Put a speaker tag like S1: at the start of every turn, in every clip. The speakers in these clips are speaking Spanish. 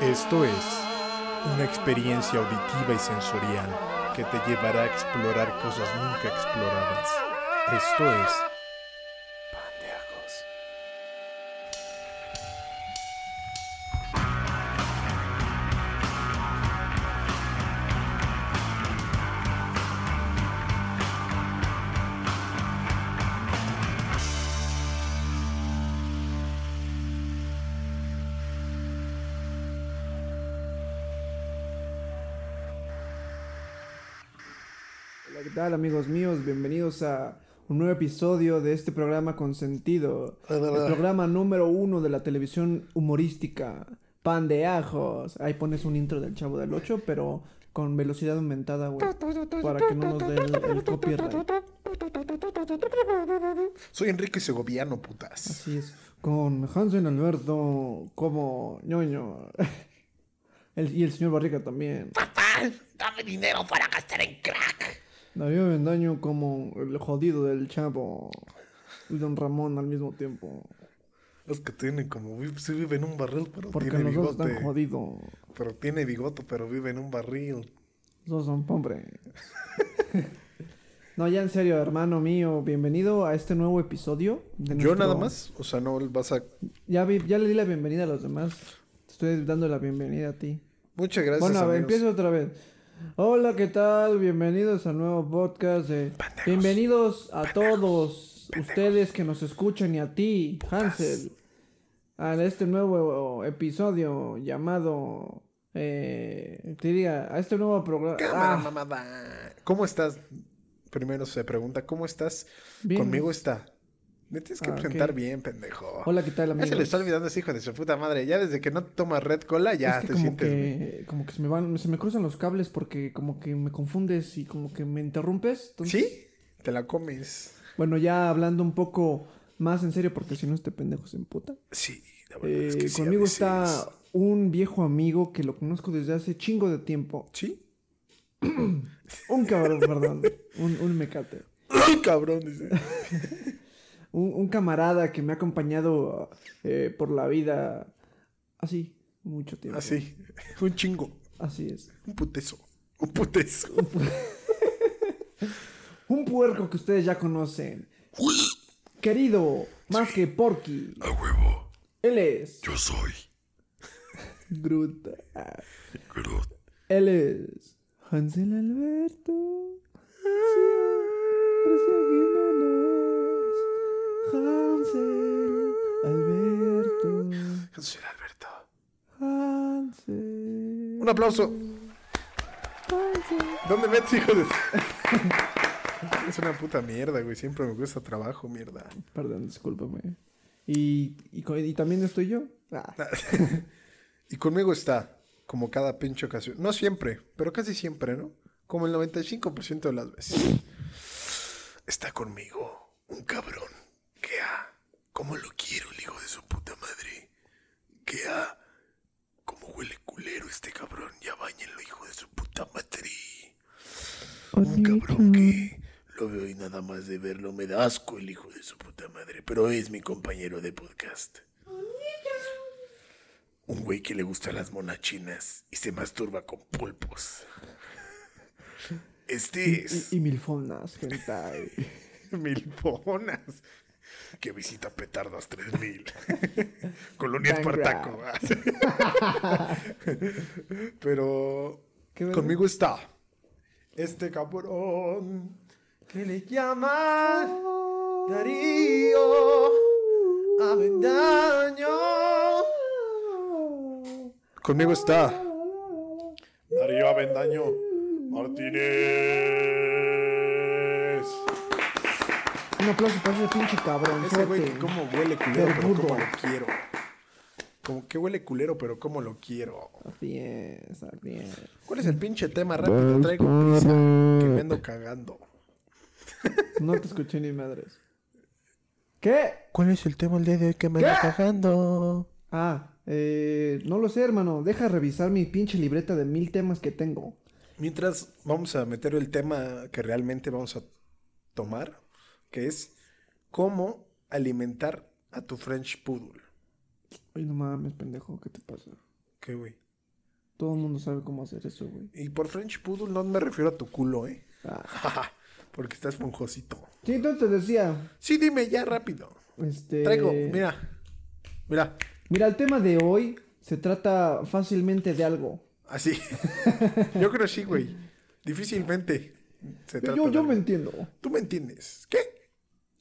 S1: Esto es una experiencia auditiva y sensorial que te llevará a explorar cosas nunca exploradas. Esto es Pandeajos.
S2: Hola, ¿qué tal amigos míos? Bienvenidos a un nuevo episodio de este programa con sentido. El programa número uno de la televisión humorística. Pan de ajos. Ahí pones un intro del Chavo del 8, pero con velocidad aumentada, güey. Para que no nos dé el, el copyright.
S1: Soy Enrique Segoviano, putas.
S2: Así es. Con Hansen Alberto como ñoño. El- y el señor Barriga también.
S1: Dame dinero para gastar en crack.
S2: David Bendaño como el jodido del Chavo. Y Don Ramón al mismo tiempo.
S1: Los que tienen como vi- sí vive en un barril, pero
S2: Porque
S1: tiene
S2: nosotros
S1: bigote.
S2: están jodidos.
S1: Pero tiene bigote, pero vive en un barril.
S2: Nosotros son pobre. no, ya en serio, hermano mío, bienvenido a este nuevo episodio. de
S1: Yo
S2: nuestro-
S1: nada más, o sea, no vas a
S2: Ya, vi- ya le di la bienvenida a los demás. Te estoy dando la bienvenida a ti.
S1: Muchas gracias.
S2: bueno, a ver,
S1: amigos.
S2: empiezo otra vez. Hola, ¿qué tal? Bienvenidos al nuevo podcast de... Bienvenidos a todos ustedes que nos escuchan y a ti, Hansel, a este nuevo episodio llamado... Eh, te diría, a este nuevo programa...
S1: Cámara, mamada. ¿Cómo estás? Primero se pregunta, ¿cómo estás?
S2: Bien.
S1: Conmigo está. Me tienes que
S2: Ah, ok.
S1: presentar bien, pendejo.
S2: Hola, ¿qué tal,
S1: ya
S2: amigos?
S1: se le está olvidando a ese hijo de su puta madre. Ya desde que no tomas red cola, ya
S2: Es que
S1: te
S2: como
S1: sientes.
S2: que, como que se me van, se me cruzan los cables porque como que me confundes y como que me interrumpes. entonces-
S1: ¿Sí? Te la comes.
S2: Bueno, ya hablando un poco más en serio porque si no este pendejo se emputa.
S1: Sí, la
S2: Eh, conmigo está un viejo amigo que lo conozco desde hace chingo de tiempo.
S1: ¿Sí?
S2: Un cabrón, perdón. Un, un mecate.
S1: Cabrón, dice.
S2: Un, un camarada que me ha acompañado eh, por la vida así, mucho tiempo.
S1: Así. Un chingo.
S2: Así es.
S1: Un putezo. Un putezo.
S2: Un puerco que ustedes ya conocen. Querido, más que Porky.
S1: A huevo.
S2: Él es.
S1: Yo soy.
S2: Groot. Ah. Él es. Hansel Alberto. Precio Jiménez. Hansel Alberto.
S1: Soy Alberto.
S2: Hansel.
S1: Un aplauso.
S2: Hansel.
S1: ¿Dónde metes, hijo de.? es una puta mierda, güey. Siempre me cuesta trabajo, mierda.
S2: Perdón, discúlpame. Y, y, co- y también estoy yo. Ah,
S1: y conmigo está, como cada pinche ocasión. No siempre, pero casi siempre, ¿no? Como el 95% de las veces. Está conmigo un cabrón que ah, Como lo quiero, el hijo de su puta madre. Que ah, Como huele culero este cabrón. Ya bañenlo, hijo de su puta madre.
S2: oh,
S1: Un cabrón que lo veo y nada más de verlo me da asco el hijo de su puta madre, pero es mi compañero de podcast. Un güey que le gusta las monachinas y se masturba con pulpos. Este es
S2: y, y milfonas, hentai.
S1: Milponas que visita Petardas 3000. Colonia
S2: Bangra.
S1: Espartaco. pero
S2: Qué verga.
S1: conmigo está este cabrón que le llama Darío Avendaño. Conmigo está Darío Avendaño Martínez.
S2: Un aplauso para ese pinche cabrón.
S1: Ese güey que como huele culero, pero
S2: Perdudo.
S1: como lo quiero. Como que huele culero, pero como lo quiero.
S2: Así es, así es.
S1: ¿Cuál es el pinche tema? Rápido, traigo prisa. Que me ando cagando.
S2: No te escuché ni madres. ¿Qué?
S3: ¿Cuál es el tema el día de hoy que me
S2: ¿Qué?
S3: anda cagando?
S2: Ah, eh, no lo sé, hermano. Deja revisar mi pinche libreta de mil temas que tengo.
S1: Mientras vamos a meter el tema que realmente vamos a tomar, que es cómo alimentar a tu French Poodle.
S2: Ay, no mames, pendejo, ¿qué te pasa?
S1: ¿Qué, güey?
S2: Todo el mundo sabe cómo hacer eso, güey.
S1: Y por French Poodle no me refiero a tu culo, ¿eh?
S2: Ah.
S1: Porque estás monjosito.
S2: Sí, entonces te decía,
S1: Sí, dime ya rápido.
S2: este...
S1: Traigo, mira. Mira,
S2: Mira, el tema de hoy se trata fácilmente de algo.
S1: así. yo creo sí, güey. Difícilmente se trata
S2: Yo,
S1: de
S2: yo
S1: algo.
S2: me entiendo.
S1: Tú me entiendes. ¿Qué?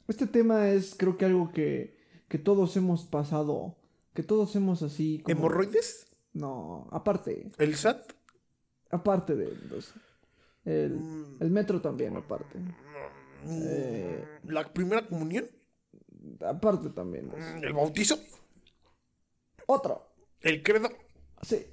S2: Este tema es creo que algo que, que todos hemos pasado. Que todos hemos así como...
S1: ¿Hemorroides?
S2: No, aparte.
S1: ¿El SAT?
S2: Aparte de... los- el,
S1: Mm.
S2: el metro también, aparte. Eh.
S1: ¿La primera comunión?
S2: Aparte también. los-
S1: ¿El bautizo?
S2: Otro.
S1: ¿El credo?
S2: Sí.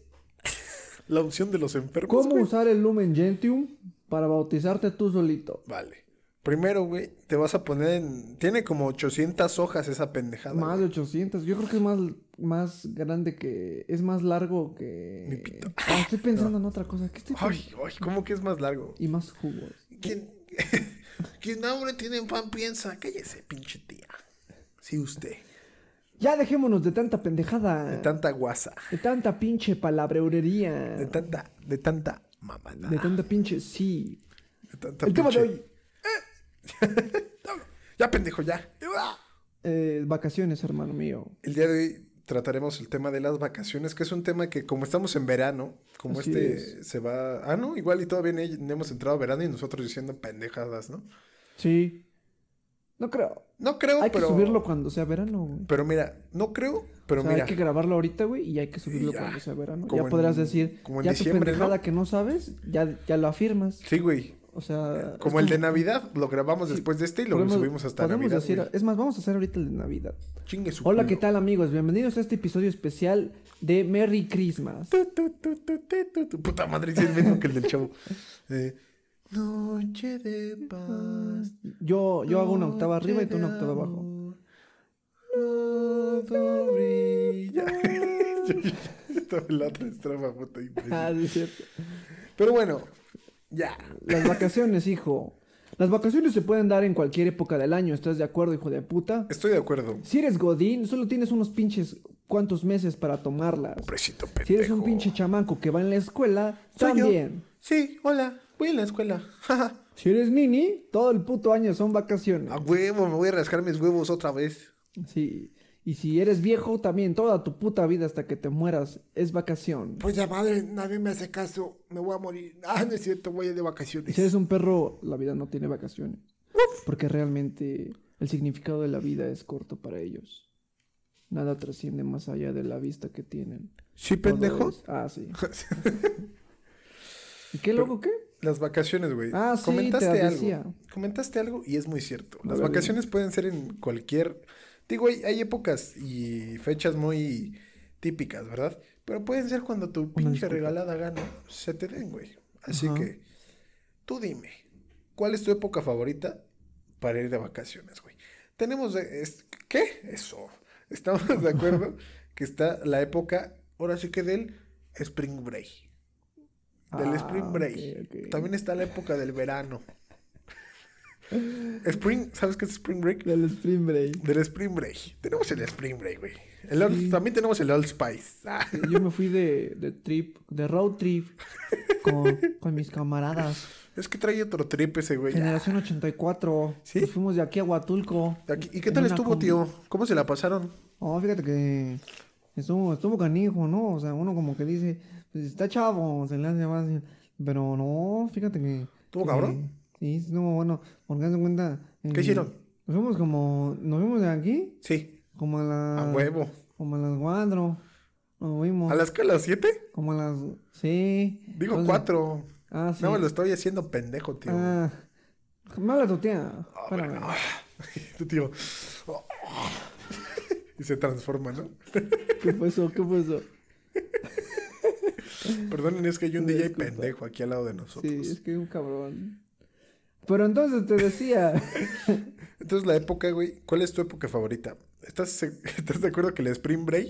S1: ¿La unción de los enfermos?
S2: ¿Cómo
S1: güey?
S2: usar el Lumen Gentium para bautizarte tú solito?
S1: Vale. Primero, güey, te vas a poner en... Tiene como 800 hojas esa pendejada.
S2: Más
S1: güey.
S2: de 800. Yo creo que es más, más grande que... Es más largo que...
S1: Mi pito.
S2: Ah, estoy pensando en otra cosa. ¿Qué estoy pensando?
S1: Ay, ay, ¿cómo que es más largo?
S2: Y más jugos.
S1: Quien, quien hambre tiene pan piensa. Cállese, pinche tía. Sí, usted.
S2: Ya dejémonos de tanta pendejada.
S1: De tanta guasa.
S2: De tanta pinche palabrería.
S1: De tanta, de tanta mamada.
S2: De tanta pinche sí.
S1: de tanta
S2: el tema de
S1: pinche-
S2: hoy.
S1: Ya, pendejo, ya.
S2: eh, vacaciones, hermano mío.
S1: El día de hoy trataremos el tema de las vacaciones, que es un tema que como estamos en verano, como
S2: Así
S1: este se va... Ah, no, igual y todavía ni- ni hemos entrado a verano y nosotros diciendo pendejadas, ¿no?
S2: Sí. No creo.
S1: No creo,
S2: Hay
S1: pero...
S2: que subirlo cuando sea verano, güey.
S1: Pero mira, no creo, pero
S2: O sea,
S1: mira...
S2: hay que grabarlo ahorita, güey, y hay que subirlo
S1: ya.
S2: cuando sea verano.
S1: Como
S2: Ya
S1: en-
S2: podrás decir,
S1: como en
S2: ya tu
S1: diciembre, ¿no?
S2: pendejada que no sabes, ya, ya lo afirmas.
S1: Sí, güey.
S2: O sea... Ah, es
S1: Eh, Como el de
S2: como-
S1: Navidad, lo grabamos
S2: Sí,
S1: después de este y lo
S2: podemos-
S1: subimos hasta
S2: podemos
S1: Navidad.
S2: decir-
S1: güey.
S2: es más, vamos a hacer ahorita el de Navidad.
S1: Chingue su
S2: Hola,
S1: culo.
S2: ¿qué tal, amigos? Bienvenidos a este episodio especial de Merry Christmas.
S1: Tu, tu, tu, tu, tu, tu, tu. Puta madre, sí es mismo que el del chavo. Eh, noche de paz.
S2: Yo, yo hago una octava arriba y tú una octava abajo.
S1: Todo brilla. Yo- yo- Estaba en la otra estrofa, puta.
S2: Ah,
S1: impresionante.
S2: sí, es cierto.
S1: Pero bueno, ya.
S2: Las vacaciones, hijo. Las vacaciones se pueden dar en cualquier época del año, ¿estás de acuerdo, hijo de puta?
S1: Estoy de acuerdo.
S2: Si eres godín, solo tienes unos pinches cuantos meses para tomarlas.
S1: Pobrecito pendejo.
S2: Si eres un pinche chamaco que va en la escuela, también.
S1: Sí, hola. Voy a la escuela.
S2: Si eres nini, todo el puto año son vacaciones.
S1: A huevo, me voy a rascar mis huevos otra vez.
S2: Sí. Y si eres viejo, también toda tu puta vida hasta que te mueras es vacación.
S1: Pues ya madre, nadie me hace caso. Me voy a morir. Ah, no es cierto, voy a ir de
S2: Y
S1: vacaciones.
S2: si eres un perro, la vida no tiene vacaciones. Porque realmente el significado de la vida es corto para ellos. Nada trasciende más allá de la vista que tienen.
S1: Sí,
S2: Todo
S1: pendejo.
S2: es- Ah, sí. ¿Y qué loco qué?
S1: Las vacaciones, güey.
S2: Ah, sí,
S1: Comentaste
S2: te
S1: algo.
S2: decía.
S1: Comentaste algo y es muy cierto.
S2: A
S1: Las
S2: ver,
S1: vacaciones pueden ser en cualquier. Digo, hay, hay épocas y fechas muy típicas, ¿verdad? Pero pueden ser cuando tu pinche
S2: disculpa.
S1: regalada gana se te den, güey. Así
S2: Ajá.
S1: que, tú dime, ¿cuál es tu época favorita para ir de vacaciones, güey? Tenemos. de- es- ¿Qué? Eso. Estamos de acuerdo que está la época, ahora sí que del Spring Break. Del
S2: Ah,
S1: Spring Break.
S2: ok, ok.
S1: También está la época del verano. Spring, ¿sabes qué es Spring Break?
S2: Del Spring Break.
S1: Del Spring Break. Tenemos el Spring Break, güey. El Old- También tenemos el Old Spice. Ah,
S2: Yo me fui de, de trip, de road trip, con, con mis camaradas.
S1: es que trae otro trip ese, güey.
S2: Generación 84.
S1: ¿Sí?
S2: Nos fuimos de aquí a Huatulco.
S1: Ah, aquí- ¿Y qué
S2: en
S1: tal
S2: una
S1: estuvo,
S2: combi.
S1: tío? ¿Cómo se la pasaron?
S2: Oh, fíjate que estuvo, estuvo canijo, ¿no? O sea, uno como que dice, pues está chavo, se le hace más. Pero no, fíjate que.
S1: ¿Estuvo
S2: que-
S1: cabrón?
S2: Sí, estuvo bueno. Porque haz de cuenta. eh,
S1: ¿Qué hicieron?
S2: Nos fuimos como. Nos vimos de aquí,
S1: Sí,
S2: como a
S1: a
S2: las.
S1: huevo.
S2: Como a las cuatro. Nos vimos.
S1: ¿A las que a las siete?
S2: Como a las. Sí.
S1: Digo
S2: entonces-
S1: cuatro.
S2: Ah, Pues, sí.
S1: No me lo estoy haciendo pendejo, tío.
S2: Ah, me habla tu tía.
S1: Ah,
S2: Espérame.
S1: bueno. Tu tío. y se transforma, ¿no?
S2: ¿Qué fue eso? ¿Qué fue eso?
S1: Perdonen, es que hay un
S2: Una
S1: DJ
S2: disculpa.
S1: pendejo aquí al lado de nosotros.
S2: Sí, es que es un cabrón. Pero entonces te decía.
S1: Entonces, la época, güey, ¿cuál es tu época favorita? ¿Estás, se- estás de acuerdo que el Spring Break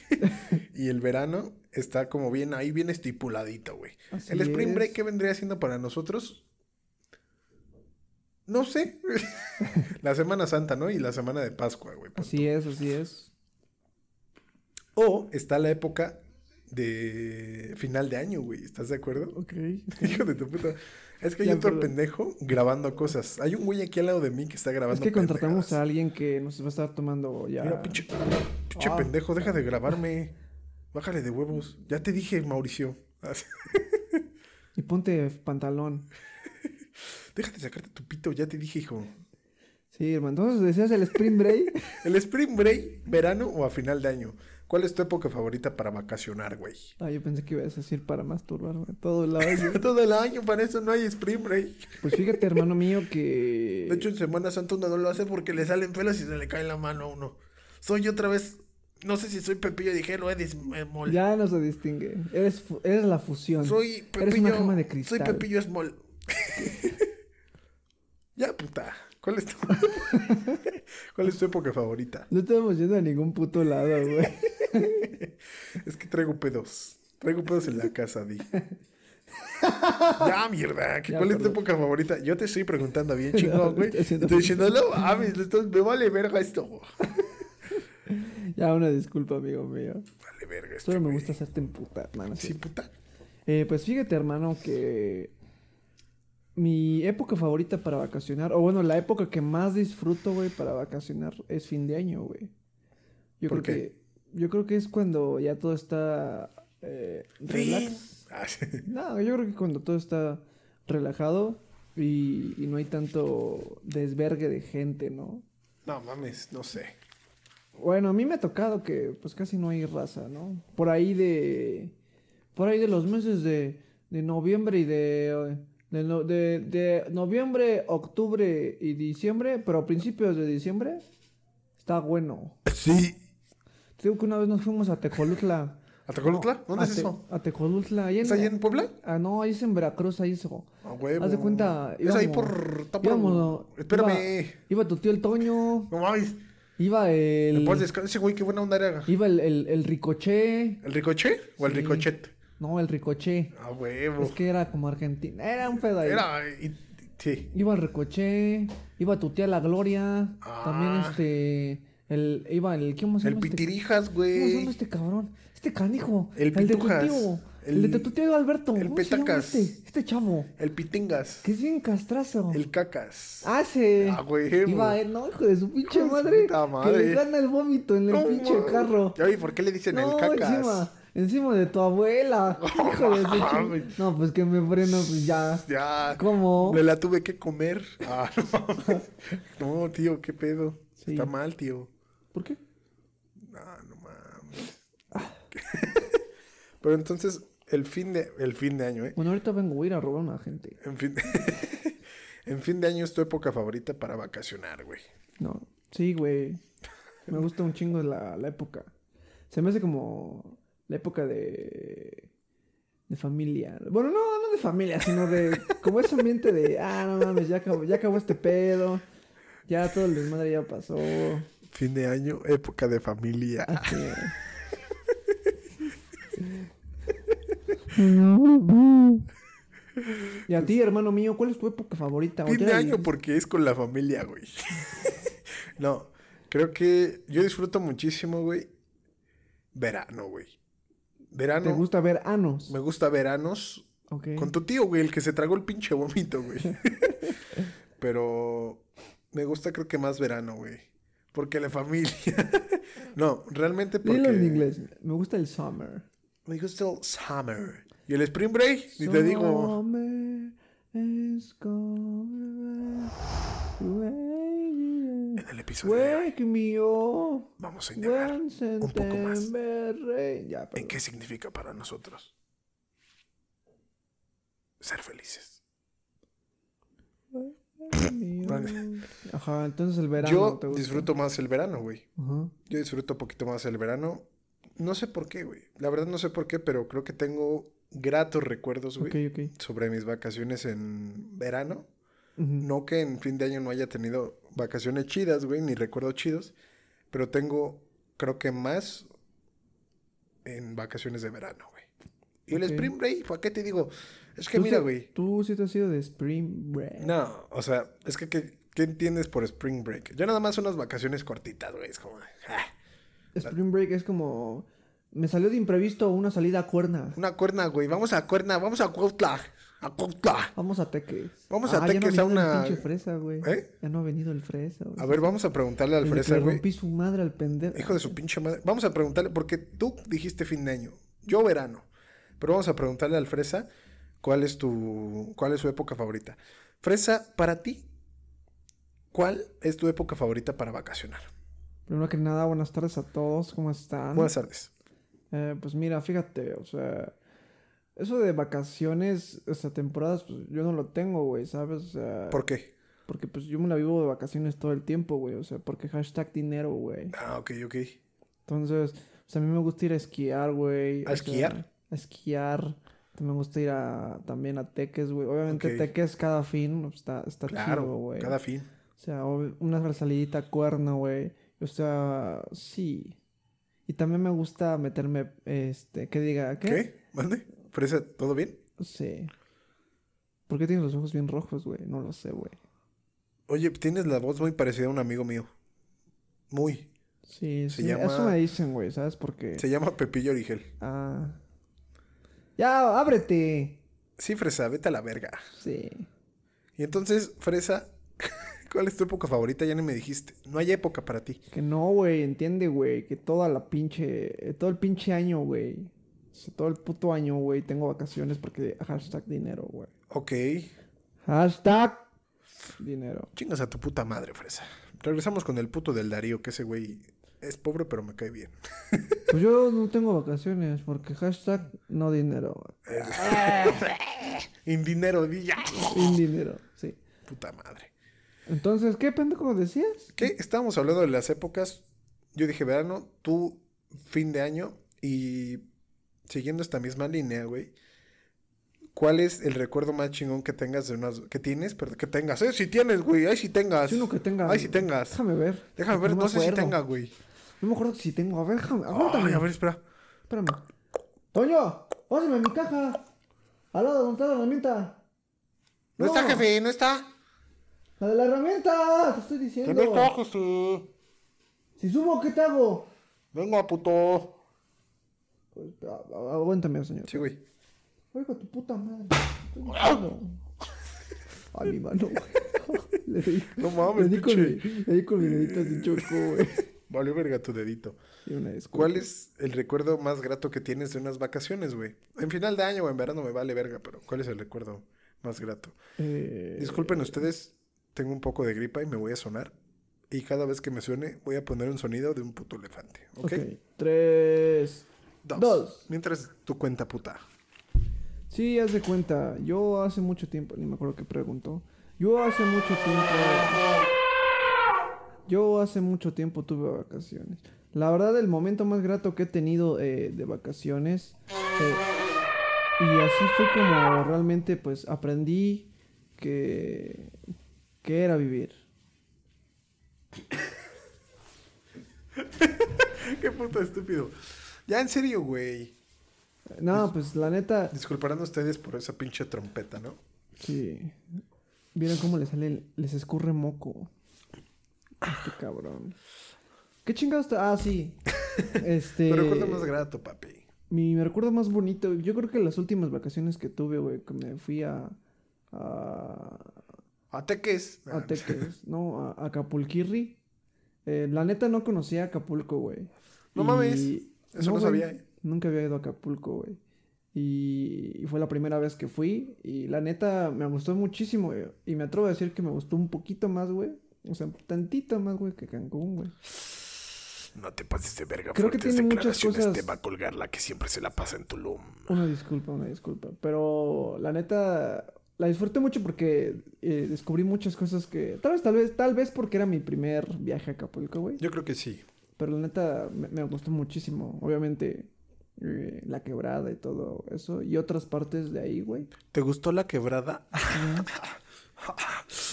S1: y el verano está como bien ahí, bien estipuladito, güey?
S2: Así
S1: ¿El Spring
S2: es.
S1: Break qué vendría siendo para nosotros? No sé. la Semana Santa, ¿no? Y la Semana de Pascua, güey. pues.
S2: Así es, así es.
S1: O está la época de final de año, güey. ¿Estás de acuerdo?
S2: Ok.
S1: Hijo de tu puta. Es que hay
S2: Ya,
S1: otro
S2: perdón.
S1: pendejo grabando cosas. Hay un güey aquí al lado de mí que está grabando.
S2: Es que contratamos
S1: pendejadas.
S2: a alguien que nos va a estar tomando ya.
S1: Mira, pinche, pinche
S2: Ah.
S1: pendejo, deja de grabarme. Bájale de huevos. Ya te dije, Mauricio. Ah, Así.
S2: Y ponte pantalón.
S1: Déjate sacarte tu pito, ya te dije, hijo.
S2: Sí, hermano. Entonces, ¿deseas el Spring Break?
S1: ¿El Spring Break, verano o a final de año? ¿Cuál es tu época favorita para vacacionar, güey?
S2: ah, yo pensé que ibas a decir para masturbarme. Todo el año.
S1: Todo el año, para eso no hay Spring Break.
S2: Pues fíjate, hermano mío, que.
S1: De hecho, en Semana Santa uno no lo hace porque le salen pelos y se le cae la mano a uno. Soy otra vez, no sé si soy Pepillo Dijero, Edis Mol.
S2: ya no se distingue. Eres, fu- eres la fusión.
S1: Soy
S2: Eres una
S1: Pepillo.
S2: gema de
S1: soy
S2: cristal.
S1: Pepillo Small. ya, puta. ¿Cuál es tu ¿Cuál es tu época favorita?
S2: No estamos yendo a ningún puto lado, güey.
S1: Es que traigo pedos. Traigo pedos en la casa, di. ya, mierda. ¿que
S2: Ya,
S1: ¿Cuál es tu
S2: perdón.
S1: época favorita? Yo te estoy preguntando bien, chingón,
S2: No,
S1: güey.
S2: estoy haciendo-
S1: Estoy diciendo, no mames, esto- me vale verga esto.
S2: ya, una disculpa, amigo mío.
S1: Vale verga esto.
S2: Solo me gusta hacerte emputar, hermano.
S1: Sí, puta.
S2: Eh, pues fíjate, hermano, que mi época favorita para vacacionar, o bueno, la época que más disfruto, güey, para vacacionar es fin de año, güey. Yo
S1: ¿Por
S2: creo que yo creo que es cuando ya todo está eh,
S1: Fin.
S2: relax.
S1: Ah, sí.
S2: No, yo creo que cuando todo está relajado y, y no hay tanto desvergue de gente, ¿no?
S1: No mames, no sé.
S2: Bueno, a mí me ha tocado que pues casi no hay raza, ¿no? Por ahí de... Por ahí de los meses de, de noviembre y de... De, no- de- de noviembre, octubre y diciembre, pero a principios de diciembre está bueno.
S1: Sí.
S2: Te digo que una vez nos fuimos a Tejolutla.
S1: ¿A Tlacolotla? ¿Dónde
S2: a
S1: es
S2: Te-
S1: eso?
S2: A Tejolutla. Ahí en,
S1: ¿Es allá en Puebla?
S2: Ah, no, ahí es en Veracruz, ahí eso.
S1: Ah, huevo.
S2: Haz de cuenta,
S1: Es ahí
S2: íbamos-
S1: por. Está por-
S2: íbamos-
S1: Espérame.
S2: Iba tu tío el Toño,
S1: No mames.
S2: iba el...
S1: Después de ese güey, qué buena onda era.
S2: Iba el, el, el Ricoché.
S1: ¿El ricochet o el
S2: Sí.
S1: ricochet?
S2: No, el Ricoché.
S1: Ah, huevo.
S2: Es que era como Argentina. Era un pedo ahí.
S1: Era. y- Sí.
S2: Iba el Ricoché. Iba tu tía La Gloria.
S1: Ah.
S2: También este. El, iba el. ¿Cómo se
S1: El
S2: llama? este?
S1: pitirijas,
S2: ¿Cómo se llama
S1: güey.
S2: este cabrón? Este canijo.
S1: El
S2: de tu
S1: Pitujas.
S2: tío. El,
S1: El-
S2: de tu tío Alberto.
S1: el
S2: ¿Cómo se llama
S1: Petacas.
S2: Este, este chavo.
S1: El pitingas.
S2: Que es bien castrazo.
S1: El cacas.
S2: Ah, sí.
S1: Ah, güey.
S2: Iba él, no, hijo de su pinche
S1: Hijo de su
S2: madre.
S1: puta
S2: Que
S1: madre.
S2: le gana el vómito en el
S1: No,
S2: pinche
S1: ma-
S2: carro.
S1: Ya vi, ¿por qué le dicen el
S2: Encima,
S1: cacas?
S2: encima de tu abuela. Hijo de su
S1: mames.
S2: chi- No, pues que me freno, pues ya.
S1: Ya.
S2: ¿Cómo?
S1: Me la tuve que comer. Ah, no mames. No, tío, qué pedo.
S2: Sí.
S1: Está mal, tío.
S2: ¿Por qué?
S1: Ah, no mames. Pero entonces, el fin de, el fin de año, ¿eh?
S2: Bueno, ahorita vengo a ir a robar a una gente.
S1: En fin, en fin de año es tu época favorita para vacacionar, güey.
S2: No. Sí, güey. Me gusta un chingo la, la época. Se me hace como la época de. de familia. Bueno, no, no de familia, sino de. como ese ambiente de. Ah, no mames, ya acabó, ya acabó este pedo. Ya todo el desmadre ya pasó.
S1: Fin de año, época de familia.
S2: Así es. Y a ti, hermano mío, ¿cuál es tu época favorita? ¿O
S1: fin
S2: ya
S1: de
S2: la
S1: año
S2: dijiste?
S1: porque es con la familia, güey. no, creo que yo disfruto muchísimo, güey. Verano, güey. Verano.
S2: ¿Te gusta ver anos?
S1: Me gusta veranos.
S2: Ok.
S1: Con tu tío, güey, el que se tragó el pinche vómito, güey. Pero me gusta creo que más verano, güey. Porque la familia. no, realmente porque...
S2: Dilo en inglés. Me gusta el summer.
S1: Me gusta el summer. Y el spring break, ni te digo.
S2: Summer is coming back.
S1: En el episodio de hoy
S2: Wake me up
S1: vamos a indagar
S2: when
S1: un poco más.
S2: September rain. Ya,
S1: en
S2: perdón.
S1: qué significa para nosotros ser felices.
S2: Wake me
S1: Vale.
S2: up. Ajá, entonces el verano te
S1: Yo
S2: gusta.
S1: disfruto más el verano, güey.
S2: Ajá.
S1: Yo disfruto un poquito más el verano. No sé por qué, güey. La verdad no sé por qué, pero creo que tengo gratos recuerdos, güey,
S2: Ok, ok.
S1: sobre mis vacaciones en verano.
S2: Ujú.
S1: No que en fin de año no haya tenido vacaciones chidas, güey, ni recuerdos chidos, pero tengo, creo que más en vacaciones de verano, güey. Y el
S2: Ok.
S1: Spring Break, ¿para qué te digo? Es que
S2: Tú
S1: mira,
S2: sí-
S1: güey.
S2: Tú sí te has ido de Spring Break.
S1: No, o sea, es que, ¿qué, qué entiendes por Spring Break? Yo nada más unas vacaciones cortitas, güey. Es como, ah,
S2: Spring Break es como Me salió de imprevisto una salida a cuerna.
S1: Una cuerna, güey. Vamos a cuerna, vamos a Cuautla. A Cuautla.
S2: Vamos a Teques.
S1: Vamos a
S2: ya no ha
S1: Teques a
S2: venido el
S1: una-
S2: pinche fresa, güey.
S1: ¿Eh?
S2: Ya no ha venido el fresa, güey.
S1: A ver, vamos a preguntarle al
S2: Desde que
S1: Fresa,
S2: le
S1: güey.
S2: rompí su madre al pendejo.
S1: Hijo de su pinche madre. Vamos a preguntarle, porque tú dijiste fin de año. Yo verano. Pero vamos a preguntarle al Fresa cuál es tu. cuál es su época favorita. Fresa, para ti, ¿cuál es tu época favorita para vacacionar?
S2: Primero que nada, buenas tardes a todos. ¿Cómo están?
S1: Buenas tardes.
S2: Eh, pues mira, fíjate, o sea, eso de vacaciones, o sea, temporadas, pues yo no lo tengo, güey, ¿sabes? O sea,
S1: ¿Por qué?
S2: porque pues yo me la vivo de vacaciones todo el tiempo, güey, o sea, porque hashtag dinero, güey.
S1: Ah, ok, ok.
S2: Entonces, pues a mí me gusta ir a esquiar, güey.
S1: ¿A
S2: o
S1: esquiar?
S2: sea, a esquiar. También me gusta ir a, también a Teques, güey. Obviamente
S1: Ok.
S2: Teques cada fin pues, está, está chido,
S1: Claro,
S2: güey.
S1: cada fin.
S2: O sea, ob- una salidita a cuerno, güey. O sea, sí. Y también me gusta meterme, este, que diga,
S1: ¿Qué? ¿Mande? Fresa, ¿todo bien?
S2: Sí. ¿Por qué tienes los ojos bien rojos, güey? No lo sé, güey.
S1: Oye, tienes la voz muy parecida a un amigo mío. Muy.
S2: Sí,
S1: Se
S2: sí,
S1: llama-
S2: Eso me dicen, güey, ¿sabes? Porque...
S1: Se llama Pepillo Origel.
S2: Ah. ¡Ya, ábrete!
S1: Sí, Fresa, vete a la verga.
S2: Sí.
S1: Y entonces, Fresa, ¿cuál es tu época favorita? Ya ni me dijiste. No hay época para ti.
S2: Que no, güey, entiende, güey, que toda la pinche... eh, Todo el pinche año, güey. O sea, todo el puto año, güey, tengo vacaciones porque hashtag dinero, güey.
S1: Ok.
S2: Hashtag dinero.
S1: Chingas a tu puta madre, Fresa. Regresamos con el puto del Darío, que ese güey es pobre, pero me cae bien.
S2: Pues yo no tengo vacaciones porque hashtag no dinero, güey.
S1: Sin dinero, di ya.
S2: Sin dinero, sí.
S1: Puta madre.
S2: Entonces, ¿qué pendejo decías?
S1: ¿Qué? Estábamos hablando de las épocas. Yo dije verano, tú fin de año. Y siguiendo esta misma línea, güey. ¿Cuál es el recuerdo más chingón que tengas de unas... que tienes? Pero que tengas. ¡Eh, si tienes, güey! ¡Ay, si tengas!
S2: Si uno que tenga.
S1: ¡Ay, si tengas!
S2: Déjame ver.
S1: Déjame ver,
S2: me
S1: no sé si
S2: acuerdo.
S1: tenga, güey.
S2: No me acuerdo si tengo. A ver, déjame.
S1: Ay,
S2: Aguántame.
S1: a ver, espera.
S2: Espérame. Toño, pásame mi caja. Al lado donde está la herramienta.
S1: No, está, jefe, no está.
S2: La de la herramienta, te estoy
S1: Que
S2: diciendo.
S1: no está, jefe.
S2: Si subo, ¿qué te hago?
S1: Venga, puto.
S2: Pues, a- a- aguántame, señor.
S1: Sí, güey.
S2: Oiga, tu puta madre. Estoy diciendo. Ay, mi mano, güey. Le di,
S1: No mames,
S2: le di con mi,
S1: pinche.
S2: le di con mi dedito así chocó, güey.
S1: Valió verga tu dedito.
S2: Y una disculpa.
S1: ¿Cuál es el recuerdo más grato que tienes de unas vacaciones, güey? En final de año o en verano me vale verga, pero ¿cuál es el recuerdo más grato?
S2: Eh,
S1: Disculpen ustedes, tengo un poco de gripa y me voy a sonar. Y cada vez que me suene, voy a poner un sonido de un puto elefante, ¿ok?
S2: ok. Tres.
S1: Dos.
S2: Dos.
S1: Mientras tu cuenta puta.
S2: Sí, haz de cuenta. Yo hace mucho tiempo, ni me acuerdo qué preguntó. Yo hace mucho tiempo. Yo hace mucho tiempo tuve vacaciones. La verdad, el momento más grato que he tenido eh, de vacaciones. eh, y así fue como realmente, pues, aprendí que. que era vivir.
S1: Qué puto estúpido. Ya, en serio, güey.
S2: No, pues, la neta.
S1: Disculparán ustedes por esa pinche trompeta, ¿no?
S2: Sí. ¿Vieron cómo le sale? el- Les escurre moco. Este cabrón. ¿Qué chingados? te- Ah, sí. Este.
S1: Tu recuerdo más grato, papi.
S2: Mi me recuerdo más bonito. Yo creo que las últimas vacaciones que tuve, güey, que me fui a. a.
S1: Ateques. Ah,
S2: a Teques, ¿no? A, a Acapulquirri. Eh, la neta no conocía Acapulco, güey.
S1: No
S2: Y-
S1: mames, eso no
S2: güey,
S1: sabía, ¿eh?
S2: Nunca había ido a Acapulco, güey. Y, y fue la primera vez que fui. Y la neta me gustó muchísimo, güey. Y me atrevo a decir que me gustó un poquito más, güey. O sea, tantito más, güey, que Cancún, güey.
S4: No te pases de verga.
S2: Creo que
S4: fuertes
S2: tiene muchas
S4: declaraciones
S2: cosas-
S4: te va a colgar la que siempre se la pasa en Tulum.
S2: Una disculpa, una disculpa. Pero la neta, la disfruté mucho porque eh, descubrí muchas cosas que. Tal vez, tal vez, tal vez porque era mi primer viaje a Acapulco, güey.
S1: Yo creo que sí.
S2: Pero la neta, me, me gustó muchísimo. Obviamente, eh, la quebrada y todo eso. Y otras partes de ahí, güey.
S1: ¿Te gustó la quebrada?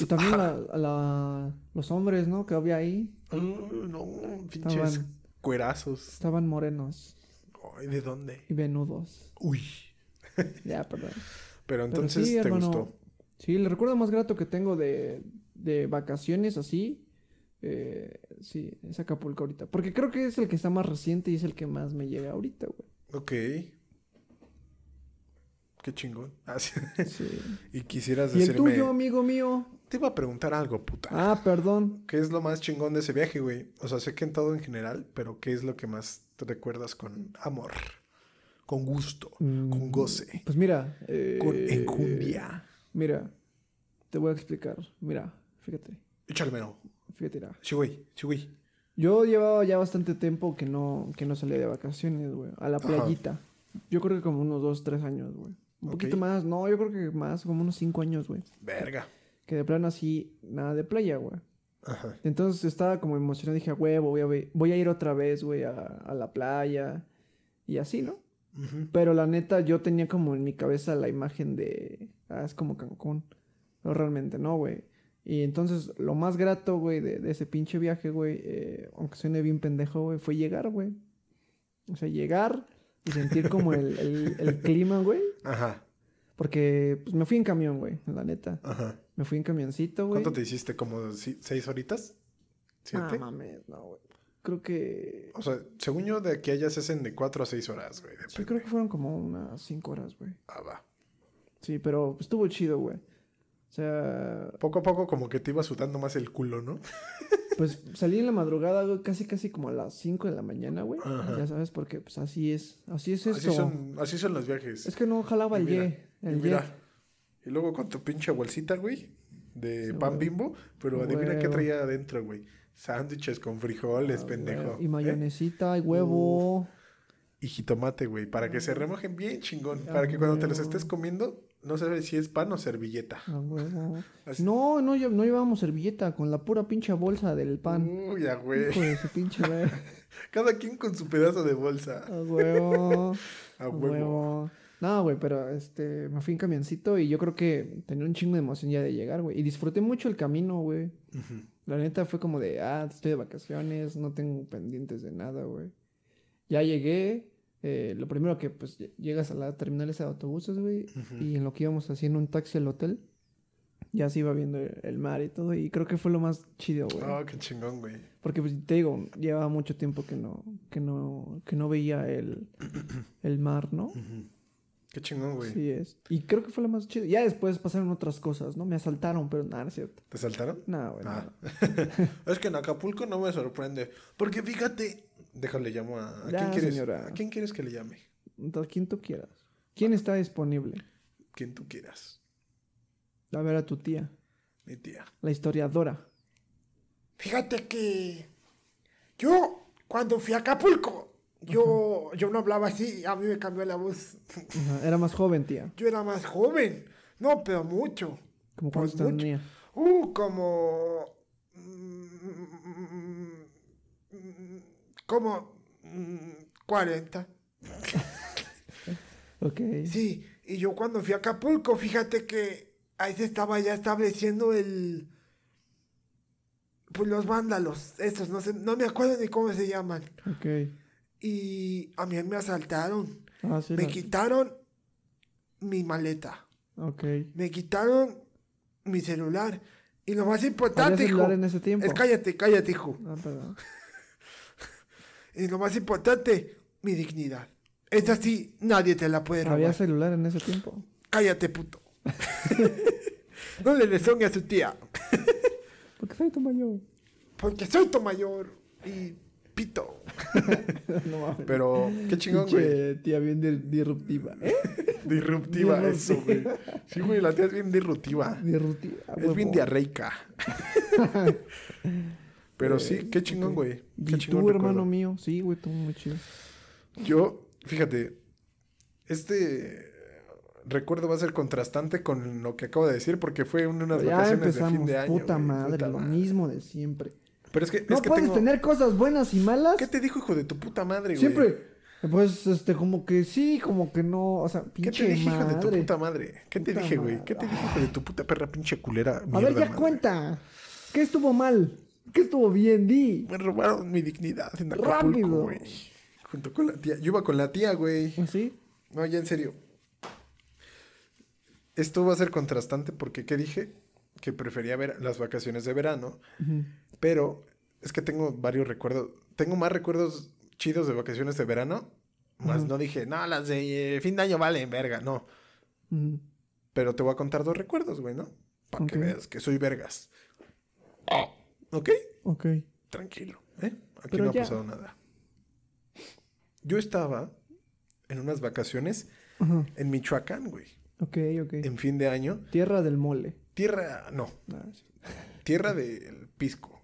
S2: Y también la, la- los hombres, ¿no? Que había ahí.
S1: Mm, no, pinches
S2: Estaban-
S1: cuerazos.
S2: Estaban morenos
S1: Ay, ¿de dónde?
S2: y venudos.
S1: Uy.
S2: Ya, perdón.
S1: Pero
S2: Pero
S1: entonces
S2: sí,
S1: te
S2: hermano,
S1: gustó.
S2: Sí, el recuerdo más grato que tengo de, de vacaciones así Eh, sí, es Acapulco ahorita. Porque creo que es el que está más reciente y es el que más me llega ahorita, güey.
S1: Ok. Qué chingón. Ah, sí.
S2: Sí.
S1: y quisieras
S2: ¿Y el
S1: decirme...
S2: tuyo, amigo mío?
S1: Te iba a preguntar algo, puta.
S2: Ah, perdón.
S1: ¿Qué es lo más chingón de ese viaje, güey? O sea, sé que en todo en general, pero ¿qué es lo que más te recuerdas con amor? Con gusto, con goce,
S2: Pues mira. eh,
S1: con encumbia.
S2: Mira, te voy a explicar. Mira, fíjate.
S1: Échale mero.
S2: Fíjate, mira.
S1: Sí, güey, sí, güey.
S2: Yo llevaba ya bastante tiempo que no, que no salía de vacaciones, güey. A la
S1: Ajá.
S2: playita. Yo creo que como unos dos, tres años, güey. Un
S1: Ok.
S2: poquito más. No, yo creo que más, como unos cinco años, güey.
S1: Verga.
S2: Que de plano así, nada de playa, güey.
S1: Ajá.
S2: Entonces estaba como emocionado. Dije, "A huevo, voy a, ve- voy a ir otra vez, güey, a, a la playa. Y así, ¿no?
S1: Ujú.
S2: Pero la neta, yo tenía como en mi cabeza la imagen de. Ah, es como Cancún. Pero realmente no, güey. Y entonces, lo más grato, güey, de, de ese pinche viaje, güey, eh, aunque suene bien pendejo, güey, fue llegar, güey. O sea, llegar y sentir como el, el- el clima, güey.
S1: Ajá.
S2: Porque pues, me fui en camión, güey, la neta.
S1: Ajá.
S2: Me fui en camioncito, güey.
S1: ¿Cuánto te hiciste? ¿Como si- seis horitas?
S2: Ah,
S1: ¿Siete?
S2: mames, no, güey. Creo que.
S1: o sea, según yo, de aquí a allá se hacen de cuatro a seis horas, güey.
S2: Sí,
S1: Depende.
S2: creo que fueron como unas cinco horas, güey.
S1: Ah, va.
S2: Sí, pero estuvo chido, güey. O sea,
S1: Poco a poco como que te iba sudando más el culo, ¿no?
S2: Pues salí en la madrugada, güey, casi casi como a las 5 de la mañana, güey.
S1: Ajá.
S2: Ya sabes, porque pues así es, así es esto.
S1: Así son, así son los viajes.
S2: Es que no jalaba
S1: Y
S2: el
S1: mira,
S2: ye,
S1: y
S2: el ye.
S1: mira, y luego con tu pinche bolsita, güey, de
S2: Sí,
S1: pan
S2: huevo.
S1: bimbo, pero adivina qué
S2: Huevo.
S1: traía adentro, güey. Sándwiches con frijoles,
S2: Ah,
S1: pendejo.
S2: güey, Y
S1: ¿eh?
S2: mayonesita, y huevo.
S1: Y jitomate, güey, para
S2: Mm.
S1: que se remojen bien chingón.
S2: Ah,
S1: Para que cuando te los
S2: huevo.
S1: estés comiendo, no sabes si es pan o servilleta.
S2: a huevo.
S1: Así-
S2: ah, No, no, lle- no llevábamos servilleta con la pura pinche bolsa del pan.
S1: Uy, a
S2: Hijo
S1: Mm, güey.
S2: de su pinche madre.
S1: Cada quien con su pedazo de bolsa.
S2: A huevo.
S1: A huevo.
S2: a Ah, huevo. No, güey, pero este, me fui en camioncito y yo creo que tenía un chingo de emoción ya de llegar, güey. Y disfruté mucho el camino, güey.
S1: Ujú.
S2: La neta fue como de, ah, estoy de vacaciones, no tengo pendientes de nada, güey. Ya llegué, eh, lo primero que pues lle- llegas a la terminal esa de autobuses, güey, y en lo que íbamos haciendo un taxi al hotel, ya se iba viendo el, el mar y todo, y creo que fue lo más chido, güey.
S1: Ah, qué chingón, güey.
S2: Porque pues, te digo, llevaba mucho tiempo que no, que no, que no veía el, el mar, ¿no?
S1: Ujú. Qué chingón, güey.
S2: Sí es. Y creo que fue lo más chido. Ya después pasaron otras cosas, ¿no? Me asaltaron, pero nada, no es cierto.
S1: ¿Te saltaron?
S2: Nada, güey.
S1: Ah.
S2: nada.
S1: Es que en Acapulco no me sorprende. Porque fíjate. Déjale llamo a. ¿A,
S2: Ya,
S1: quién, quieres,
S2: señora.
S1: ¿a quién quieres que le llame?
S2: Entonces, quien tú quieras. ¿Quién está disponible?
S1: Quien tú quieras.
S2: A ver a tu tía,
S1: Mi tía.
S2: la historiadora.
S5: Fíjate que yo cuando fui a Acapulco, yo, yo no hablaba así, a mí me cambió la voz.
S2: Ajá, Era más joven, tía.
S5: Yo era más joven, no, pero mucho.
S2: Como cuando
S5: Pues mucho.
S2: tenía.
S5: Uh, como... mm, mm, Como... mm, 40.
S2: Ok.
S5: Sí, y yo cuando fui a Acapulco, fíjate que ahí se estaba ya estableciendo el... Pues los vándalos, esos, no, sé, no me acuerdo ni cómo se llaman.
S2: Ok.
S5: y a mí me asaltaron.
S2: Ah, sí.
S5: Me
S2: la-
S5: quitaron mi maleta.
S2: Ok.
S5: Me quitaron mi celular. Y lo más
S2: ¿Había
S5: importante, hijo.
S2: celular en ese tiempo?
S5: Es cállate, cállate, hijo.
S2: Ah, perdón.
S5: Y lo más importante, mi dignidad. Esa sí, nadie te la puede robar.
S2: ¿Había celular en ese tiempo?
S5: Cállate, puto. no le rezongue a su tía.
S2: Porque soy tu mayor.
S5: Porque soy tu mayor. Y pito.
S2: no mames.
S1: Pero, qué chingón, güey.
S2: Pinche tía bien di- disruptiva. ¿Eh?
S1: Disruptiva eso, güey. Sí, güey, la tía es bien disruptiva.
S2: Disruptiva.
S1: Ah. Es bien
S2: huevo.
S1: diarreica. Pero sí, qué chingón, güey. Qué
S2: Eh, Y
S1: chingón
S2: tú, hermano
S1: recuerdo.
S2: mío. Sí, güey, tú muy chido.
S1: Yo, fíjate, este eh, recuerdo va a ser contrastante con lo que acabo de decir porque fue en unas
S2: Ya
S1: vacaciones de
S2: empezamos.
S1: fin de año.
S2: puta
S1: güey,
S2: madre,
S1: puta
S2: lo
S1: madre.
S2: mismo de siempre.
S1: Pero es que,
S2: No
S1: es que
S2: puedes
S1: tengo-
S2: tener cosas buenas y malas.
S1: ¿Qué te dijo, hijo de tu puta madre, güey?
S2: Siempre. Pues, este, como que sí, como que no. O sea,
S1: ¿Qué
S2: pinche
S1: te dije, hijo
S2: madre.
S1: de tu puta madre? ¿Qué te
S2: Puta
S1: dije, güey?
S2: madre.
S1: ¿Qué te dije, hijo de tu puta perra, pinche culera?
S2: A ver, ya cuenta. ¿Qué estuvo mal? ¿Qué estuvo bien? Di.
S1: Me robaron mi dignidad en
S2: Rápido.
S1: Acapulco, güey. Junto con la tía. Yo iba con la tía, güey.
S2: ¿Así?
S1: No, ya en serio. Esto va a ser contrastante porque, ¿qué dije? Que prefería ver las vacaciones de verano. Pero Es que tengo varios recuerdos. Tengo más recuerdos chidos de vacaciones de verano. Más no dije, no, las de eh, fin de año valen verga. No.
S2: Mm.
S1: Pero te voy a contar dos recuerdos, güey, ¿no? Para que
S2: Ok.
S1: veas que soy vergas. ¿Ok?
S2: Ok.
S1: Tranquilo, ¿eh? Aquí
S2: Pero
S1: no
S2: ya.
S1: ha pasado nada. Yo estaba en unas vacaciones
S2: Ajá.
S1: en Michoacán, güey.
S2: Ok, ok.
S1: En fin de año.
S2: Tierra del mole.
S1: Tierra, no,
S2: Ah, sí.
S1: tierra del pisco.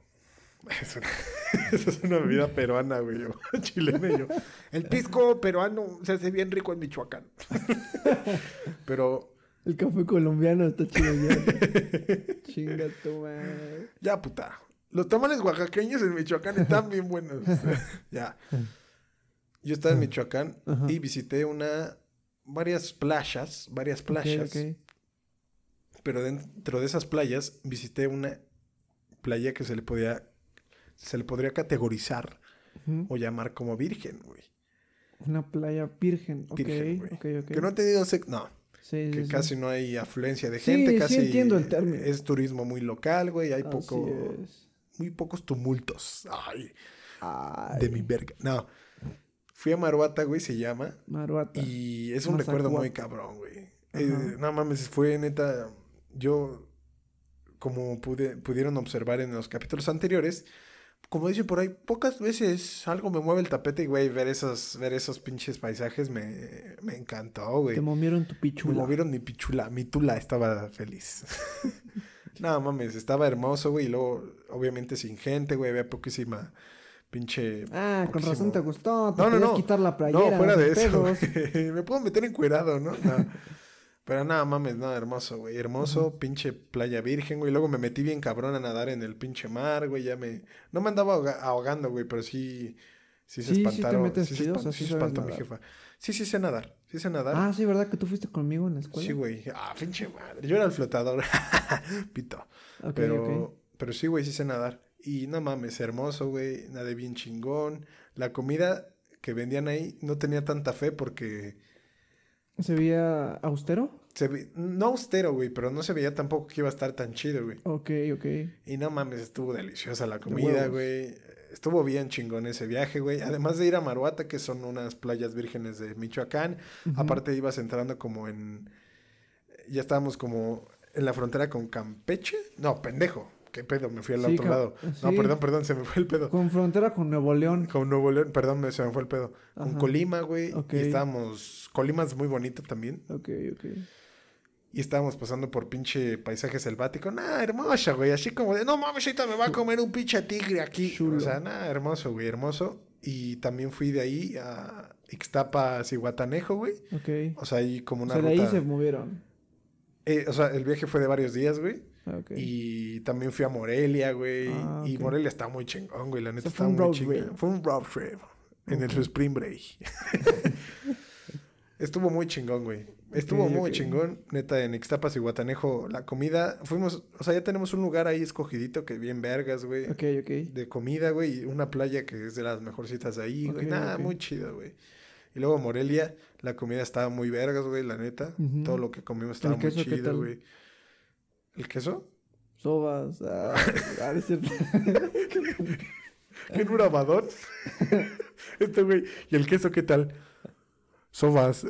S1: Es una, esa es una bebida peruana, güey. yo, chilena y yo. El pisco peruano se hace bien rico en Michoacán. Pero
S2: El café colombiano está chido ya. Chinga tu madre.
S1: Ya, puta. Los tamales oaxaqueños en Michoacán están bien buenos. ya. Yo estaba en Michoacán
S2: Ajá.
S1: y visité una... Varias playas, varias
S2: Ok,
S1: playas.
S2: ok.
S1: Pero dentro de esas playas visité una playa que se le podía... Se le podría categorizar
S2: Ujú.
S1: o llamar como virgen, güey.
S2: Una playa virgen. Ok,
S1: Virgen, güey.
S2: ok, ok.
S1: Que no ha tenido sexo... No.
S2: Sí, sí,
S1: Que
S2: sí.
S1: casi no hay afluencia de
S2: Sí,
S1: gente.
S2: sí
S1: casi
S2: entiendo el término.
S1: Es turismo muy local, güey. Hay
S2: Así
S1: poco...
S2: es.
S1: Muy pocos tumultos. Ay...
S2: Ay,
S1: De mi verga. No. Fui a Maruata, güey, se llama.
S2: Maruata.
S1: Y es un
S2: Mazacuata.
S1: recuerdo muy cabrón, güey. Eh,
S2: Ajá.
S1: no mames, fue neta. Yo, como pude, pudieron observar en los capítulos anteriores, como dice por ahí, pocas veces algo me mueve el tapete y, güey, ver esos, ver esos pinches paisajes me, me encantó, güey.
S2: Te momieron tu
S1: Me
S2: pichula.
S1: movieron mi pichula, mi tula estaba feliz. no mames, estaba hermoso, güey. Y luego, obviamente, sin gente, güey, había poquísima pinche.
S2: Ah, con
S1: poquísimo-
S2: razón te gustó. Te
S1: No, no,
S2: querías
S1: no.
S2: quitar la playera.
S1: no, fuera
S2: sin
S1: de eso.
S2: pedos.
S1: güey. Me puedo meter encuerado, ¿no? No. Pero nada, mames, nada, hermoso, güey. Hermoso, pinche playa virgen, güey. Luego me metí bien cabrón a nadar en el pinche mar, güey. Ya me. No me andaba ahoga- ahogando, güey, pero sí. Sí se
S2: Sí, sí te
S1: espantaron.
S2: metes
S1: se
S2: chido, o
S1: espan-
S2: sea, sí
S1: se
S2: sabes
S1: espantó mi
S2: nadar.
S1: jefa. Sí, sí sé nadar. Sí sé nadar.
S2: Ah, sí, ¿verdad que tú fuiste conmigo en la escuela?
S1: Sí, güey. Ah, pinche madre. Yo era el flotador. Pito.
S2: Ok,
S1: pero,
S2: ok.
S1: pero sí, güey, sí sé nadar. Y no mames, hermoso, güey. Nadé bien chingón. La comida que vendían ahí no tenía tanta fe porque
S2: ¿Se veía austero?
S1: se ve- no austero, güey, pero no se veía tampoco que iba a estar tan chido, güey.
S2: Ok, ok.
S1: Y no mames, estuvo deliciosa la
S2: huevos.
S1: comida, güey. Estuvo bien chingón ese viaje, güey. Además de ir a Maruata, que son unas playas vírgenes de Michoacán. Aparte ibas entrando como en... Ya estábamos como en la frontera con Campeche. No, pendejo. ¿Qué pedo? Me fui al
S2: Sí,
S1: otro
S2: ca-
S1: lado. No,
S2: sí.
S1: perdón, perdón, se me fue el pedo.
S2: Con frontera con Nuevo León.
S1: Con Nuevo León, perdón, me- se me fue el pedo. Con
S2: Ajá.
S1: Colima, güey.
S2: Ok.
S1: Y estábamos... Colima es muy bonito también.
S2: Ok, ok.
S1: Y estábamos pasando por pinche paisaje selvático. Nah, hermosa, güey. Así como de, no mames, ahorita me va a comer un pinche tigre aquí.
S2: Chulo.
S1: O sea, nada, hermoso, güey, hermoso. Y también fui de ahí a Ixtapa, Cihuatanejo, güey.
S2: Ok.
S1: O sea, ahí como
S2: O
S1: una
S2: sea, de ahí
S1: ruta.
S2: se movieron.
S1: Eh, o sea, el viaje fue de varios días, güey.
S2: Ah, Ok.
S1: Y también fui a Morelia, güey.
S2: Ah,
S1: Y
S2: ok.
S1: Morelia está muy chingón, güey. La neta
S2: sea, fue
S1: está
S2: un
S1: muy
S2: road
S1: chingón.
S2: trip.
S1: Fue un road trip. En el su spring break. Estuvo muy chingón, güey. Estuvo
S2: Ok,
S1: muy
S2: ok.
S1: chingón. Neta, en Ixtapas y Guatanejo, la comida. Fuimos, o sea, ya tenemos un lugar ahí escogidito que bien vergas, güey.
S2: Ok, ok.
S1: De comida, güey. y Una playa que es de las mejorcitas de ahí, güey.
S2: Ok,
S1: Nada,
S2: ok.
S1: muy chido, güey. Y luego Morelia, la comida estaba muy vergas, güey, la neta.
S2: Ujú.
S1: Todo lo que comimos estaba muy
S2: queso qué
S1: chido,
S2: tal?
S1: güey. ¿El queso?
S2: Sobas. Ah, ah, es cierto.
S1: ¿Qué un abadón? este güey. ¿Y el queso qué tal? Sobas.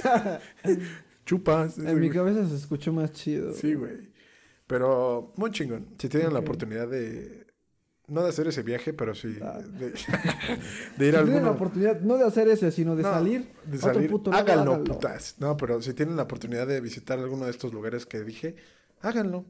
S1: Chupas. Ese
S2: en mi
S1: güey.
S2: cabeza se escuchó más chido.
S1: Sí, güey. Pero muy chingón. Si tienen la
S2: Ok.
S1: oportunidad de. No de hacer ese viaje, pero sí.
S2: Ah.
S1: De, de ir a
S2: Si tienen la
S1: alguno.
S2: oportunidad no de hacer ese, sino de
S1: No,
S2: salir.
S1: De
S2: a
S1: salir.
S2: Otro puto lado,
S1: háganlo, putas. No, pero si tienen la oportunidad de visitar alguno de estos lugares que dije, háganlo.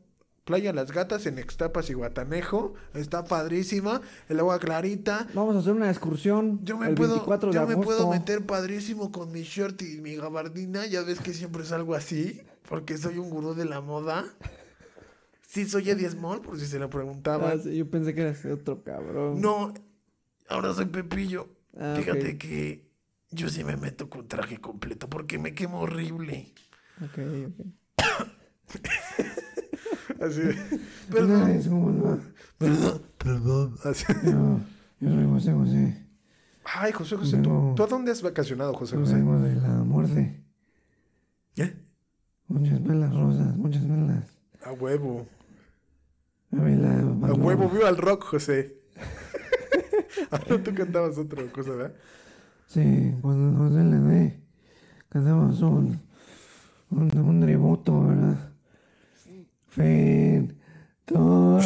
S1: Playa Las Gatas en Extapas y Guatanejo. Está padrísima. El agua clarita.
S2: Vamos a hacer una excursión.
S1: Yo me,
S2: el
S1: puedo,
S2: 24 de
S1: yo me puedo
S2: agosto.
S1: meter padrísimo con mi short y mi gabardina. Ya ves que siempre salgo así, porque soy un gurú de la moda. Sí, soy Eddie Small, por si se lo
S2: Ah,
S1: preguntaban.
S2: sí, yo pensé que eras otro cabrón.
S4: No, ahora soy Pepillo.
S2: Ah, ok.
S4: Fíjate que yo sí me meto con traje completo porque me quemo horrible.
S2: Ok, ok.
S1: Así,
S2: Una vez hubo una-
S4: Perdón, perdón.
S1: así.
S2: No, yo soy José José.
S1: Ay, José José, Pues ¿tú,
S2: No.
S1: tú a dónde has vacacionado, José
S2: Nos
S1: José?
S2: salimos de la muerte.
S4: ¿Eh?
S2: Muchas velas rosas, muchas velas.
S1: A huevo.
S2: A ver, la
S1: A
S2: bandera.
S1: huevo, viva el rock, José. Ahora tú cantabas otra cosa, ¿verdad?
S2: Sí, cuando José le dé, cantamos un, un, un tributo, ¿verdad? Fin. todo.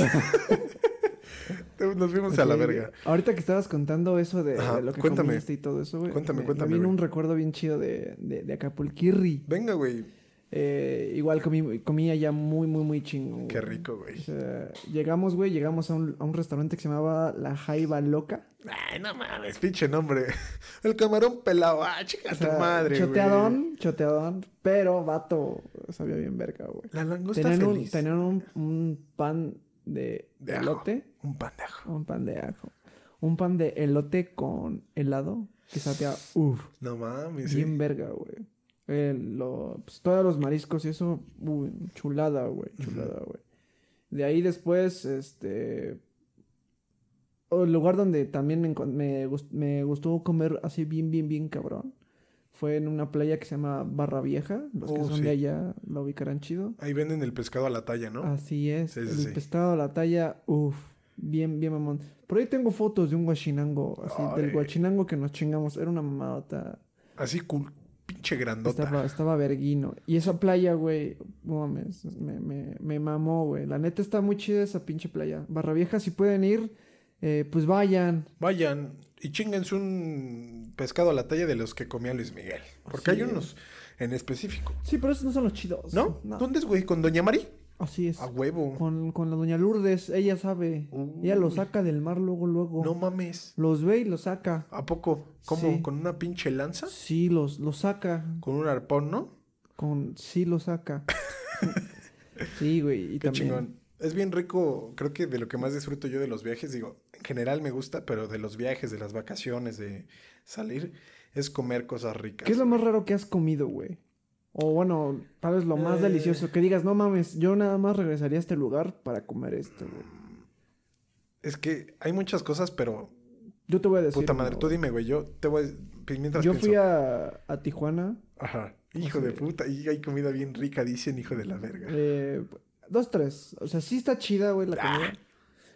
S1: Nos fuimos a la
S2: Ok,
S1: verga.
S2: Ahorita que estabas contando eso de,
S1: Ajá,
S2: de lo que
S1: cuéntame.
S2: comiste y todo eso, güey.
S1: Cuéntame,
S2: me- me
S1: cuéntame,
S2: vino
S1: güey.
S2: un recuerdo bien chido de, de, de Acapulquirri.
S1: Venga, güey.
S2: Eh, igual comí, comía ya muy, muy, muy chingón.
S1: Qué
S2: güey.
S1: rico,
S2: O
S1: güey.
S2: sea, llegamos, güey, llegamos a un, a un restaurante que se llamaba La Jaiba Loca.
S1: Ay, no mames, pinche nombre. El camarón pelado. Ah, chica
S2: O sea,
S1: tu madre, güey.
S2: choteadón, choteadón, pero vato, sabía bien verga, güey.
S1: La langosta
S2: Tenían, un,
S1: feliz.
S2: tenían un, un pan de,
S1: De ajo.
S2: elote,
S1: Un pandejo.
S2: un pan de ajo, un pan de elote con helado que sabía, uff,
S1: No mames.
S2: bien
S1: sí.
S2: verga, güey. Eh, lo- pues, todos los mariscos y eso, uy, chulada, güey, chulada, güey. De ahí después, este... El lugar donde también me, encon- me gust- me gustó comer así bien, bien, bien cabrón. Fue en una playa que se llama Barra Vieja. Los que
S1: Oh,
S2: son
S1: sí.
S2: de allá lo ubicarán chido.
S1: Ahí venden el pescado a la talla, ¿no?
S2: Así es.
S1: Sí, sí,
S2: el
S1: sí.
S2: pescado a la talla, uff, bien, bien mamón. Por ahí tengo fotos de un guachinango, así, del
S1: Ay.
S2: guachinango que nos chingamos. Era una mamadota.
S1: Así, cul- pinche grandota.
S2: Estaba, estaba verguino. Y esa playa, güey, no mames, me, me, me mamó, güey. La neta está muy chida esa pinche playa. Barra Vieja, si pueden ir, eh, pues vayan.
S1: Vayan y chinguense un pescado a la talla de los que comía Luis Miguel. Porque
S2: Así
S1: hay
S2: es.
S1: unos en específico.
S2: Sí, pero esos no son los chidos.
S1: ¿No? Ah, ¿Dónde es, güey? ¿Con Doña Mari?
S2: Así es.
S1: A huevo.
S2: Con, con la doña Lourdes, ella sabe. Ella los saca del mar luego, luego.
S1: No mames.
S2: Los ve y los saca.
S1: ¿A poco? ¿Cómo?
S2: Sí.
S1: ¿Con una pinche lanza?
S2: Sí, los, los saca.
S1: ¿Con un arpón, no?
S2: Con sí lo saca. sí, güey. Y
S1: Qué
S2: también.
S1: chingón. Es bien rico, creo que de lo que más disfruto yo de los viajes, digo, en general me gusta, pero de los viajes, de las vacaciones, de salir, es comer cosas ricas.
S2: ¿Qué es lo más raro que has comido, güey? O bueno, tal vez lo más
S1: Eh.
S2: delicioso. Que digas, no mames, yo nada más regresaría a este lugar para comer esto, güey.
S1: Es que hay muchas cosas, pero
S2: Yo te voy a decir.
S1: puta madre,
S2: uno,
S1: tú
S2: güey.
S1: dime, güey, yo te voy pi- mientras
S2: Yo
S1: pienso.
S2: fui a, a Tijuana.
S1: Ajá. Hijo de
S2: Sí.
S1: puta, y hay comida bien rica, dicen, hijo de la verga.
S2: eh, dos, tres. O sea, sí está chida, güey, la comida.
S1: Ah.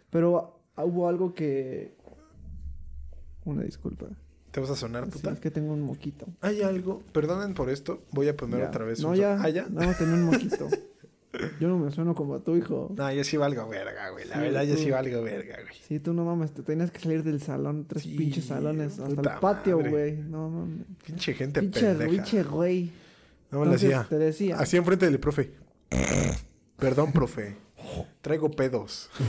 S2: Pero ah, hubo algo que. Una disculpa.
S1: ¿Te vas a sonar,
S2: Sí,
S1: Ah, puta?
S2: es que tengo un moquito.
S1: Hay algo, perdonen por esto, voy a poner
S2: Ya.
S1: otra vez
S2: No,
S1: un-
S2: ya.
S1: Ah, ya.
S2: Nada más tenía un moquito. Yo no me sueno como a tu hijo.
S1: No, yo sí valgo verga, güey. La
S2: Sí,
S1: verdad, yo
S2: tú.
S1: sí valgo verga, güey.
S2: Sí, tú no mames, te tenías que salir del salón, tres
S1: Sí,
S2: pinches salones, hasta
S1: puta
S2: el patio,
S1: madre.
S2: güey. No mames.
S1: Pinche gente
S2: Pinche,
S1: pendeja.
S2: pinche güey.
S1: No me la
S2: Entonces,
S1: hacía. Ah,
S2: te decía.
S1: Así enfrente del profe. Perdón, profe. Traigo pedos.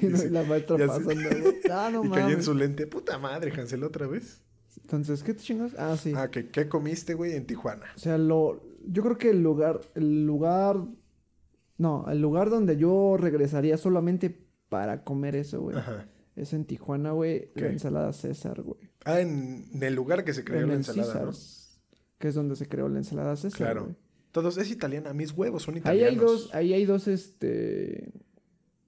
S2: Y la maestra
S1: ya sé.
S2: pasando, güey. Ah, no
S1: y caí en
S2: mames.
S1: su lente. Puta madre, Hansel, otra vez.
S2: Entonces, ¿qué te chingas? Ah, sí.
S1: Ah, que ¿qué comiste, güey, en Tijuana?
S2: O sea, lo. Yo creo que el lugar. El lugar. No, el lugar donde yo regresaría solamente para comer eso, güey.
S1: Ajá.
S2: Es en Tijuana, güey.
S1: ¿Qué?
S2: La ensalada César, güey.
S1: Ah, en, en el lugar que se creó
S2: En
S1: la
S2: el
S1: ensalada, ¿no?
S2: César's, Que es donde se creó la ensalada César.
S1: Claro.
S2: güey.
S1: Todos, es italiana. Mis huevos son
S2: Ahí
S1: italianos.
S2: hay dos, ahí hay dos, este,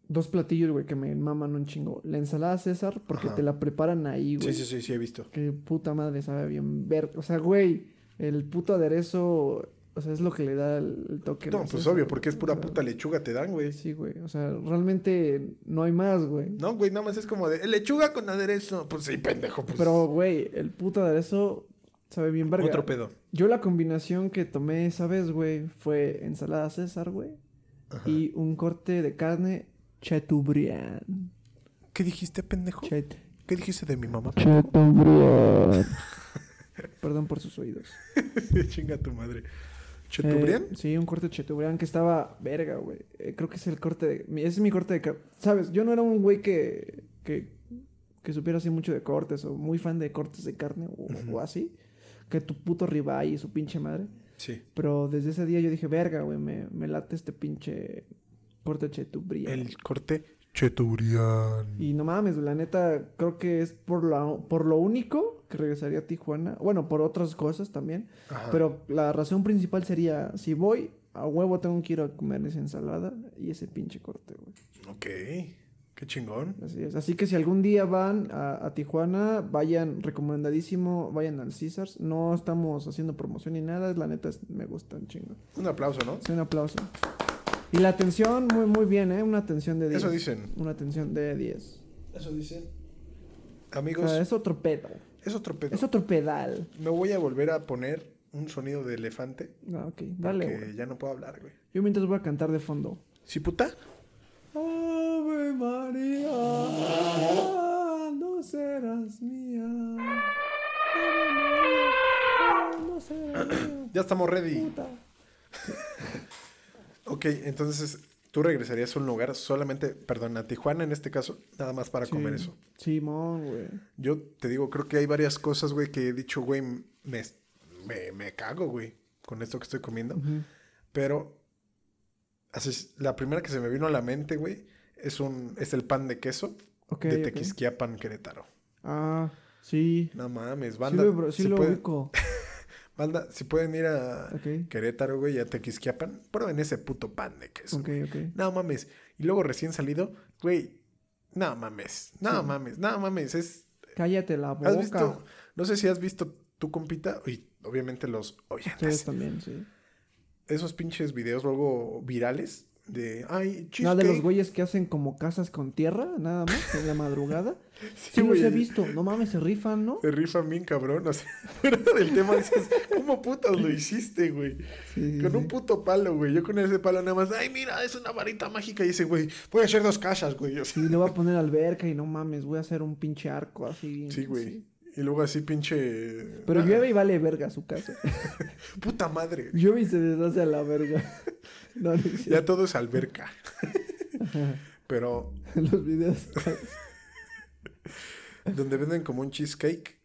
S2: dos platillos, güey, que me maman un chingo. La ensalada César, porque
S1: Ajá.
S2: te la preparan ahí, güey.
S1: Sí, sí, sí, sí, he visto.
S2: Que puta madre sabe bien ver. O sea, güey, el puto aderezo, o sea, es lo que le da el, el toque.
S1: No,
S2: de
S1: pues
S2: César,
S1: obvio,
S2: güey.
S1: porque es
S2: O
S1: pura
S2: sea,
S1: puta lechuga te dan, güey.
S2: Sí, güey. O sea, realmente no hay más, güey.
S1: No, güey, nada más es como de lechuga con aderezo. Pues sí, pendejo, pues.
S2: Pero, güey, el puto aderezo sabe bien verga.
S1: otro pedo.
S2: Yo la combinación que tomé esa vez, güey, fue ensalada César, güey. Y un corte de carne chetubrián.
S1: ¿Qué dijiste, pendejo?
S2: Chet.
S1: ¿Qué dijiste de mi mamá?
S2: Perdón por sus oídos.
S1: Chinga tu madre.
S2: Eh,
S1: ¿Chetubrián?
S2: sí, un corte chetubrián que estaba verga, güey. Eh, creo que es el corte de... mi- Ese es mi corte de... car- Sabes, yo no era un güey que, que... que supiera así mucho de cortes o muy fan de cortes de carne o, o así. Que tu puto ribeye y su pinche madre.
S1: Sí.
S2: Pero desde ese día yo dije, verga, güey, me, me late este pinche corte chetubrián.
S1: El corte Cheturian.
S2: Y no mames, la neta, creo que es por lo, por lo único que regresaría a Tijuana. Bueno, por otras cosas también.
S1: Ah.
S2: Pero la razón principal sería, si voy, a huevo tengo que ir a comer esa ensalada y ese pinche corte, güey.
S1: Ok. Qué chingón.
S2: Así es. Así que si algún día van a, a Tijuana, vayan, recomendadísimo, vayan al Caesars. No estamos haciendo promoción ni nada, la neta, es- me gustan chingo.
S1: Un aplauso, ¿no?
S2: Sí, un aplauso. Y la atención, muy, muy bien, ¿eh? Una atención de 10.
S1: Eso dicen.
S2: Una atención de 10.
S1: Eso dicen.
S2: O
S1: Amigos,
S2: sea, Ah, es otro pedo.
S1: es otro pedo.
S2: Es otro pedal.
S1: Me voy a volver a poner un sonido de elefante.
S2: Ah, ok, dale,
S1: Dale,
S2: güey.
S1: ya no puedo hablar, güey.
S2: Yo mientras voy a cantar de fondo.
S1: ¿Sí, puta?
S2: Ave María, no serás mía. Ave María, no serás mía.
S1: Ya estamos ready.
S2: Puta.
S1: Ok, entonces tú regresarías a un lugar solamente, perdón, a Tijuana en este caso, nada más para comer eso.
S2: Simón, güey.
S1: Yo te digo, creo que hay varias cosas, güey, que he dicho, güey, me, me, me cago, güey, con esto que estoy comiendo. Pero así es, la primera que se me vino a la mente, güey, es, un, es el pan de queso
S2: Ok,
S1: de
S2: ok.
S1: Tequisquiapan, Querétaro.
S2: Ah, sí.
S1: No mames,
S2: Sí,
S1: banda.
S2: lo, bro- sí
S1: si
S2: lo
S1: pueden-
S2: ubico.
S1: banda, si pueden ir a
S2: Ok.
S1: Querétaro, güey, y a Tequisquiapan, prueben ese puto pan de queso.
S2: Ok, ok.
S1: No mames. Y luego recién salido, güey, no mames, no mames, no mames. Es,
S2: Cállate la
S1: ¿Has
S2: boca.
S1: visto? No sé si has visto tu compita y obviamente los
S2: Ustedes
S1: oyentes.
S2: también, sí.
S1: Esos pinches videos luego virales de ay, cheesecake.
S2: Nada de los güeyes que hacen como casas con tierra, nada más, en la madrugada. sí, los
S1: güey.
S2: he visto. No mames, se rifan, ¿no?
S1: Se rifan bien cabrón, o sea, fuera del tema dices, ¿cómo putas lo hiciste, güey?
S2: Sí, sí,
S1: Con
S2: sí.
S1: un puto palo, güey. Yo con ese palo nada más, ay, mira, es una varita mágica. Y dice, güey, voy a hacer dos casas, güey. O sea,
S2: Y le voy a poner alberca y no mames, voy a hacer un pinche arco así. bien-
S1: sí, güey. Y luego así pinche...
S2: Pero
S1: ah,
S2: llueve y vale verga su casa.
S1: Puta madre.
S2: llueve y se deshace a la verga. No, no es
S1: Ya todo es alberca. Pero
S2: cierto. Los videos.
S1: donde venden como un cheesecake,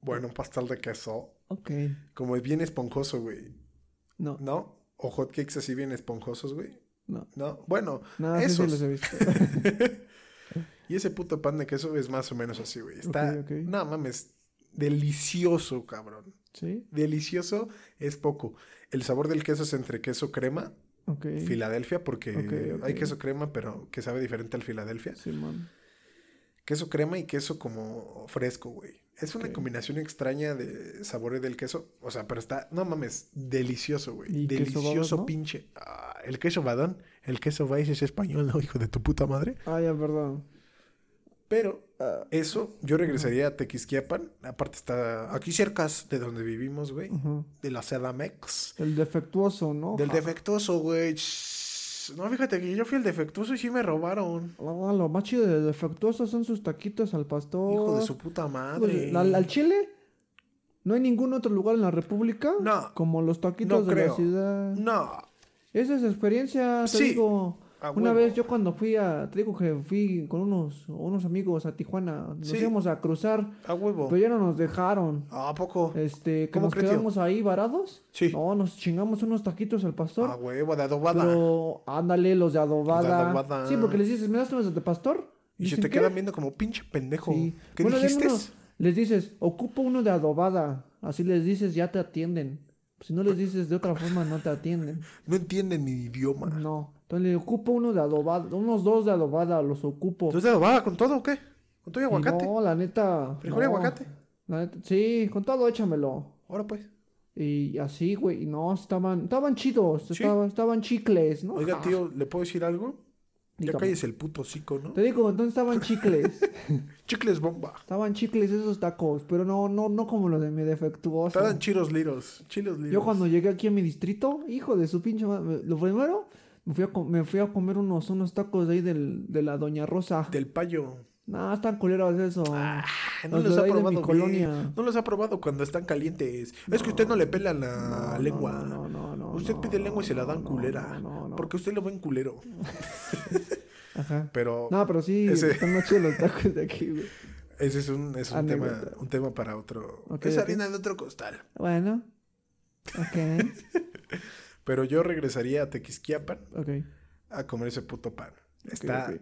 S1: bueno, un pastel de queso,
S2: Ok.
S1: como bien esponjoso, güey.
S2: No,
S1: ¿No? O hotcakes así bien esponjosos, güey.
S2: no.
S1: ¿No? Bueno,
S2: No, sí, sí
S1: esos.
S2: los he visto.
S1: Y ese puto pan de queso es más o menos así, güey. Está,
S2: ok.
S1: no mames, delicioso, cabrón.
S2: ¿Sí?
S1: Delicioso es poco. El sabor del queso es entre queso crema,
S2: Ok.
S1: Filadelfia, porque
S2: Ok, ok.
S1: hay queso crema, pero que sabe diferente al Filadelfia.
S2: Simón.
S1: Queso crema y queso como fresco, güey. Es una combinación extraña de sabores del queso. O sea, pero está, no mames, delicioso, güey.
S2: Y queso
S1: Delicioso
S2: babas, ¿no?
S1: pinche. Ah, el queso badón, el queso vais es español, ¿no? hijo de tu puta madre.
S2: Ah, ya, perdón. Ah,
S1: Pero eso, yo regresaría a Tequisquiapan. Aparte está aquí cercas de donde vivimos, güey.
S2: Ajá.
S1: De la Sedamex.
S2: El defectuoso, ¿no?
S1: Del
S2: Ja-
S1: defectuoso, güey. Shh. No, fíjate que yo fui el defectuoso y sí me robaron.
S2: Ah, lo más chido de defectuoso son sus taquitos al pastor.
S1: Hijo de su puta madre.
S2: Pues, al, al Chile, no hay ningún otro lugar en la República
S1: No.
S2: como los taquitos
S1: No
S2: de la
S1: creo.
S2: ciudad.
S1: No.
S2: Esa es experiencia, te
S1: Sí.
S2: digo.
S1: A
S2: una
S1: huevo.
S2: vez yo cuando fui a, te digo que fui con unos, unos amigos a Tijuana, nos
S1: Sí.
S2: íbamos a cruzar,
S1: A huevo.
S2: pero ya no nos dejaron.
S1: ¿A poco?
S2: Este, que
S1: ¿Cómo
S2: nos
S1: crees, tío?
S2: quedamos ahí varados.
S1: Sí.
S2: No, nos chingamos unos taquitos al pastor.
S1: A huevo, de adobada.
S2: pero ándale, los de adobada.
S1: Los de adobada.
S2: Sí, porque les dices, ¿me das unos de pastor?
S1: y se
S2: Dicen,
S1: te
S2: "¿Qué?".
S1: quedan viendo como pinche pendejo.
S2: Sí.
S1: ¿Qué
S2: Bueno, denme
S1: dijiste?
S2: unos- les dices, ocupo uno de adobada. Así les dices, ya te atienden. Pues, Si no les dices de otra forma, no te atienden.
S1: No entienden mi idioma.
S2: No. Entonces le ocupo uno de adobada, unos dos de adobada, los ocupo.
S1: ¿Tú de adobada con todo o qué? ¿Con todo y
S2: Y
S1: aguacate?
S2: No, la neta.
S1: ¿Frijol y
S2: no.
S1: aguacate?
S2: La neta, sí, con todo échamelo.
S1: Ahora pues.
S2: Y así, güey. Y no, estaban, estaban chidos. Estaban, estaban chicles, ¿no?
S1: Oiga,
S2: Ja.
S1: tío, ¿le puedo decir algo?
S2: Dígame.
S1: Ya calles el puto hocico, ¿no?
S2: Te digo, entonces estaban chicles.
S1: Chicles bomba.
S2: estaban chicles esos tacos. Pero no, no, no como los de mi defectuoso.
S1: Estaban chiros liros. Chiros liros.
S2: Yo cuando llegué aquí a mi distrito, hijo de su pinche madre, lo primero, me fui a, com- me fui a comer unos, unos tacos de ahí del, de la Doña Rosa.
S1: Del payo.
S2: No, están culeros eso.
S1: Ah, No
S2: Los
S1: los
S2: de
S1: ha
S2: ahí de mi
S1: probado bien.
S2: colonia.
S1: No los ha probado cuando están calientes. es que usted no le pela la
S2: no,
S1: lengua.
S2: no, no, no,
S1: usted
S2: no,
S1: pide lengua y se la
S2: no,
S1: dan
S2: no,
S1: culera.
S2: no, no, no.
S1: Porque usted lo ve en culero.
S2: Ajá.
S1: Pero
S2: No, pero sí,
S1: Ese-
S2: están más chidos los tacos de aquí, güey.
S1: ese es un, es
S2: Ah,
S1: un tema
S2: Anécdota.
S1: un tema para otro.
S2: Ok,
S1: es
S2: ok.
S1: harina de otro costal.
S2: Bueno. Ok,
S1: Pero yo regresaría a Tequisquiapan
S2: ok.
S1: a comer ese puto pan. Está
S2: ok.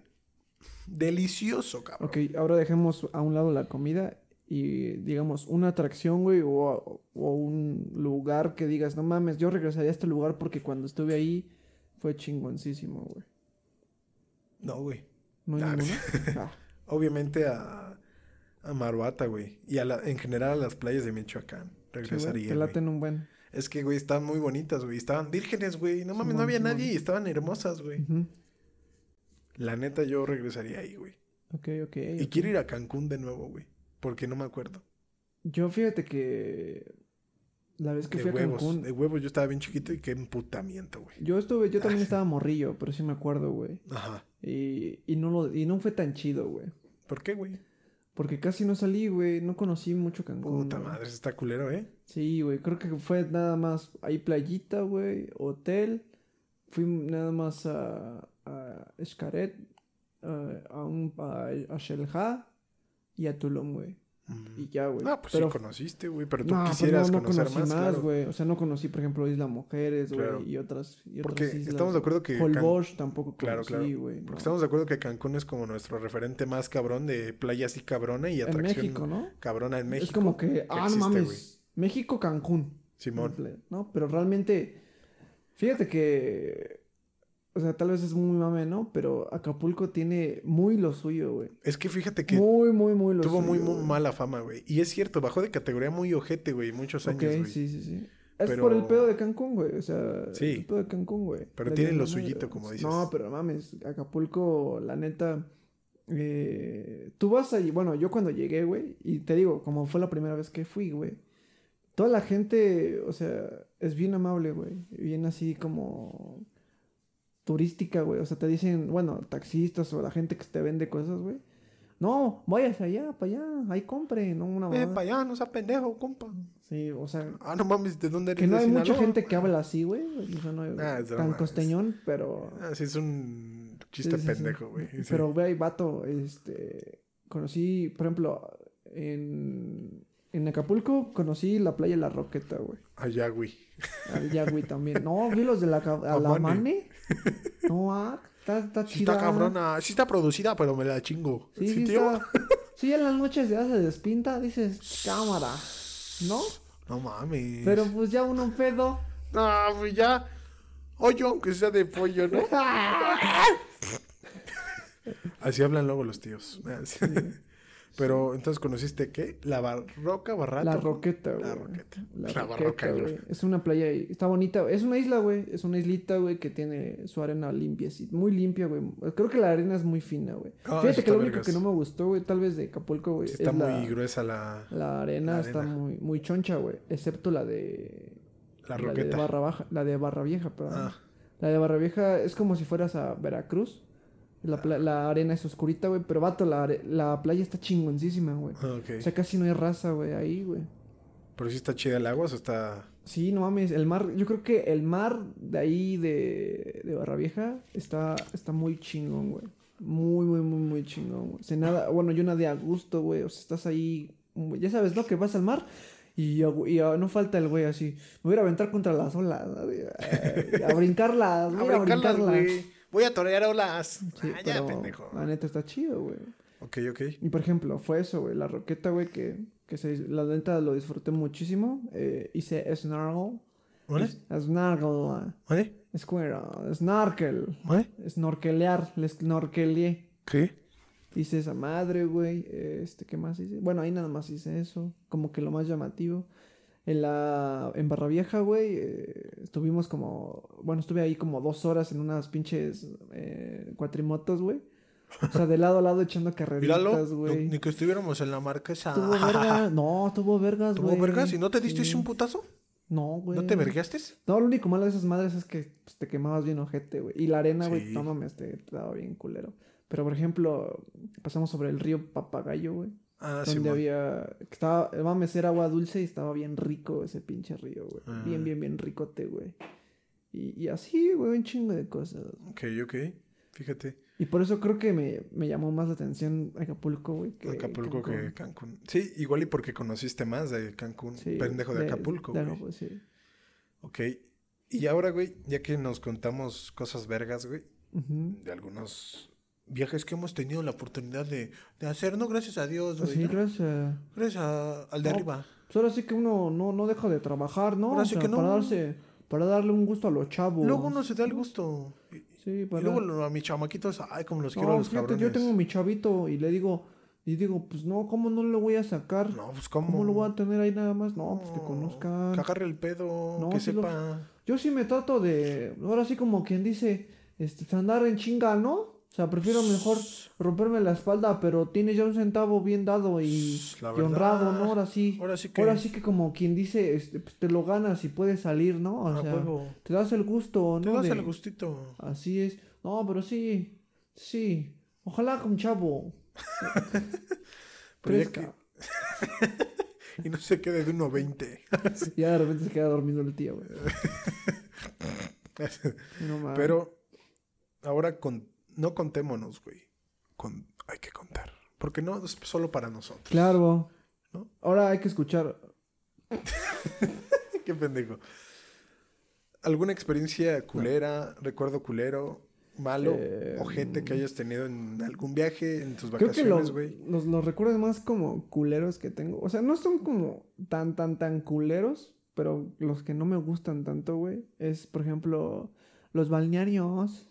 S1: delicioso, cabrón.
S2: Ok, ahora dejemos a un lado la comida y digamos una atracción, güey, o, o un lugar que digas, no mames, yo regresaría a este lugar porque cuando estuve ahí fue chingoncísimo, güey.
S1: No, güey.
S2: ¿No hay
S1: Ah,
S2: ninguno? Ah,
S1: Obviamente a, a Maruata, güey. Y a la- en general a las playas de Michoacán.
S2: sí, güey,
S1: Regresaría.
S2: te
S1: güey.
S2: laten un buen.
S1: Es que, güey, estaban muy bonitas, güey. Estaban vírgenes, güey. No mames, no
S2: Simón,
S1: había
S2: Simón.
S1: nadie y estaban hermosas, güey.
S2: Ujú.
S1: La neta, yo regresaría ahí, güey.
S2: Ok, ok.
S1: Y quiero ir a Cancún de nuevo, güey. Porque no me acuerdo.
S2: Yo fíjate que la vez que
S1: De
S2: fui a
S1: huevos.
S2: Cancún,
S1: De huevos, yo estaba bien chiquito y qué emputamiento, güey.
S2: yo estuve, yo también estaba morrillo, pero sí me acuerdo, güey.
S1: Ajá.
S2: Y, y no lo, y no fue tan chido, güey.
S1: ¿Por qué, güey?
S2: Porque casi no salí, güey. No conocí mucho Cancún.
S1: Puta
S2: güey.
S1: madre, eso está culero, ¿eh?
S2: Sí, güey. Creo que fue nada más ahí playita, güey. Hotel. Fui nada más a, a Xcaret, a, a, un, a, a Xelha y a Tulum, güey.
S1: Mm.
S2: Y ya, güey.
S1: No, pues
S2: Pero-
S1: sí conociste, güey. Pero tú
S2: No, pues
S1: quisieras
S2: no, no
S1: conocer
S2: conocí
S1: más, claro.
S2: güey. O sea, no conocí, por ejemplo, Isla Mujeres, güey,
S1: Claro.
S2: y otras, y otras
S1: Porque
S2: islas.
S1: estamos de acuerdo que Can-
S2: Holbox tampoco
S1: Claro,
S2: claro,
S1: claro.
S2: conocí, güey.
S1: Porque
S2: no.
S1: estamos de acuerdo que Cancún es como nuestro referente más cabrón de playa así cabrona y
S2: En
S1: atracción
S2: México, ¿no?
S1: cabrona en México.
S2: es como que, ah,
S1: existe,
S2: no mames,
S1: güey.
S2: México, Cancún.
S1: Simón.
S2: No, pero realmente, fíjate que, o sea, tal vez es muy mame, ¿no? Pero Acapulco tiene muy lo suyo, güey.
S1: Es que fíjate que
S2: Muy, muy, muy lo
S1: tuvo
S2: suyo.
S1: muy, muy
S2: güey.
S1: mala fama, güey. Y es cierto, bajó de categoría muy ojete, güey, muchos
S2: Ok,
S1: años, güey.
S2: sí, sí, sí. Es
S1: Pero-
S2: por el pedo de Cancún, güey. O sea,
S1: Sí.
S2: el pedo de Cancún, güey.
S1: Pero
S2: Le
S1: tienen
S2: dio
S1: lo
S2: la madre,
S1: suyito,
S2: güey.
S1: como dices.
S2: No, pero mames, Acapulco, la neta. eh, tú vas ahí, bueno, yo cuando llegué, güey, y te digo, como fue la primera vez que fui, güey. Toda la gente, o sea, es bien amable, güey. Bien así como turística, güey. O sea, te dicen, bueno, taxistas o la gente que te vende cosas, güey. No, vayas allá, para allá, ahí compre, no una
S1: Eh,
S2: mamada.
S1: para allá, no seas pendejo, compa.
S2: Sí, o sea,
S1: Ah, no mames, ¿de dónde eres?
S2: que no
S1: ¿De
S2: hay mucha
S1: Sinaloa?
S2: gente que habla así, güey. O sea, no hay-
S1: Ah, es
S2: tan
S1: broma, es-
S2: costeñón, pero.
S1: Ah, sí, es un chiste
S2: Sí, sí, sí.
S1: pendejo, güey. Sí.
S2: Pero, güey, vato, este. Conocí, por ejemplo, en. En Acapulco conocí la playa La Roqueta, güey.
S1: Allá, güey.
S2: Al Yagüi también. No, vi los de la, ca- a la
S1: Amane.
S2: Mane. No, ah, está, está
S1: Sí está
S2: chida.
S1: cabrona, sí está producida, pero me la chingo.
S2: Sí, sí,
S1: tío?
S2: está. Sí, en las noches ya se despinta, dices, cámara, ¿no?
S1: No mames.
S2: Pero pues ya uno pedo.
S1: Ah, pues ya. Oye, aunque sea de pollo, ¿no? Así hablan luego los tíos. Ah, sí. Pero entonces conociste qué? La barroca barrata.
S2: La Roqueta, güey.
S1: La Roqueta. La
S2: La Roqueta,
S1: Barroca,
S2: güey. Es una playa, ahí. está bonita, güey. es una isla, güey. Es una islita, güey, que tiene su arena limpia, así, muy limpia, güey. Creo que la arena es muy fina, güey.
S1: Ah, eso
S2: Fíjate que
S1: está
S2: lo único
S1: vergas.
S2: que no me gustó, güey, tal vez de Acapulco, güey,
S1: Sí,
S2: es
S1: está muy
S2: la,
S1: gruesa la,
S2: la arena,
S1: la
S2: está
S1: arena.
S2: muy, muy choncha, güey. Excepto la de...
S1: la
S2: de
S1: roqueta.
S2: Barra Baja, la de Barra Vieja, perdón.
S1: Ah.
S2: La de Barra Vieja es como si fueras a Veracruz. La, pla- la arena es oscurita, güey, pero vato, la, are- la playa está chingoncísima, güey.
S1: Ah, ok.
S2: O sea, casi no hay raza, güey, ahí, güey.
S1: Pero sí está chida el agua, o está.
S2: Sí, no mames, el mar, yo creo que el mar de ahí de, de Barra Vieja está, está muy chingón, güey. Muy, muy, muy, muy chingón, güey. O sea, nada, bueno, yo nadé a gusto, güey. O sea, estás ahí, mm, ya sabes, ¿no? Que vas al mar y, a- y a- no falta el güey así. Me voy a ir a aventar contra las olas, ¿no? Eh, a brincarlas, voy a,
S1: brincarlas,
S2: brincarlas.
S1: Voy a torear olas.
S2: Sí,
S1: ah, ya,
S2: pero
S1: pendejo.
S2: la neta está chido, güey.
S1: Ok, ok.
S2: Y por ejemplo, fue eso, güey, la roqueta, güey, que, que se, la neta lo disfruté muchísimo. Eh, hice snarl.
S1: ¿Vale?
S2: Es- Snargle.
S1: ¿Vale?
S2: Squirrel. Snorkel.
S1: ¿Vale?
S2: Snorkelear. Le snorkeleé.
S1: ¿Qué?
S2: Hice esa madre, güey. Este, ¿qué más hice? Bueno, ahí nada más hice eso. Como que lo más llamativo. En la... En Barra Vieja, güey, eh, estuvimos como... Bueno, estuve ahí como dos horas en unas pinches eh, cuatrimotos, güey. O sea, de lado a lado echando
S1: Míralo.
S2: carreritas,
S1: no- Ni
S2: güey.
S1: que estuviéramos en la marquesa.
S2: Tuvo vergas. No, tuvo vergas,
S1: ¿Tuvo
S2: güey.
S1: vergas? ¿Y no te diste
S2: Sí.
S1: un putazo?
S2: No, güey.
S1: ¿No te vergaste?
S2: No, lo único malo de esas madres es que pues, te quemabas bien ojete, güey. Y la arena, güey,
S1: Sí.
S2: no mames, te, te daba bien culero. Pero, por ejemplo, pasamos sobre el río Papagayo, güey.
S1: Ah, sí.
S2: donde había... que Estaba, eh, mames, era agua dulce y estaba bien rico ese pinche río, güey.
S1: Ah.
S2: Bien, bien, bien ricote, güey. Y, y así, güey, un chingo de cosas.
S1: Ok, ok. Fíjate.
S2: Y por eso creo que me, me llamó más la atención Acapulco, güey. que
S1: Acapulco que
S2: Cancún.
S1: Cancún. Sí, igual y porque conociste más de Cancún.
S2: Sí,
S1: pendejo de, Acapulco,
S2: de
S1: güey.
S2: Acapulco, sí.
S1: Ok. Y ahora, güey, ya que nos contamos cosas vergas, güey,
S2: Ujú.
S1: de algunos viajes que hemos tenido la oportunidad de, de hacer, ¿no? Gracias a Dios, güey.
S2: Así,
S1: ¿no?
S2: Pues gracias. a-
S1: Gracias a- al de
S2: No,
S1: arriba.
S2: Pues ahora sí que uno no, no deja de trabajar, ¿no?
S1: Ahora
S2: O
S1: sí
S2: sea,
S1: que no.
S2: Para, darse, para darle un gusto a los chavos.
S1: Luego uno se da el gusto. Y, y
S2: Sí, para...
S1: luego lo- a mis chamaquitos, ay, como los quiero a
S2: No,
S1: los
S2: fíjate,
S1: cabrones.
S2: yo tengo mi chavito y le digo, Y digo, pues no, ¿cómo no lo voy a sacar?
S1: No, pues cómo.
S2: ¿Cómo lo voy a tener ahí nada más? No, pues que conozcan.
S1: Que agarre el pedo,
S2: No,
S1: que
S2: sí lo-
S1: sepa.
S2: Yo sí me trato de, ahora sí como quien dice, este, andar en chinga, ¿no? O sea, prefiero mejor romperme la espalda, pero tienes ya un centavo bien dado y,
S1: Pues, La
S2: y
S1: verdad.
S2: honrado, ¿no? Ahora sí.
S1: Ahora sí que-
S2: como quien dice, este, pues, te lo ganas y puedes salir, ¿no? O
S1: A
S2: sea,
S1: Ah, huevo.
S2: te das el gusto, ¿no?
S1: Te das
S2: De-
S1: el gustito.
S2: Así es. No, pero sí, sí. Ojalá con chavo.
S1: Pero ya
S2: Fresca.
S1: Y no se quede de
S2: Ah.
S1: 1.20.
S2: Ya de repente se queda dormido el tío, güey. No mames.
S1: Pero ahora con... no contémonos, güey. Con... Hay que contar. Porque no es solo para nosotros.
S2: Claro.
S1: ¿No?
S2: Ahora hay que escuchar.
S1: Qué pendejo. ¿Alguna experiencia culera, recuerdo culero, malo,
S2: Eh,
S1: ojete que hayas tenido en algún viaje, en tus
S2: Creo que
S1: vacaciones,
S2: los,
S1: güey?
S2: los, los recuerdos más como culeros que tengo. O sea, no son como tan, tan, tan culeros. Pero los que no me gustan tanto, güey. Es, por ejemplo, los balnearios.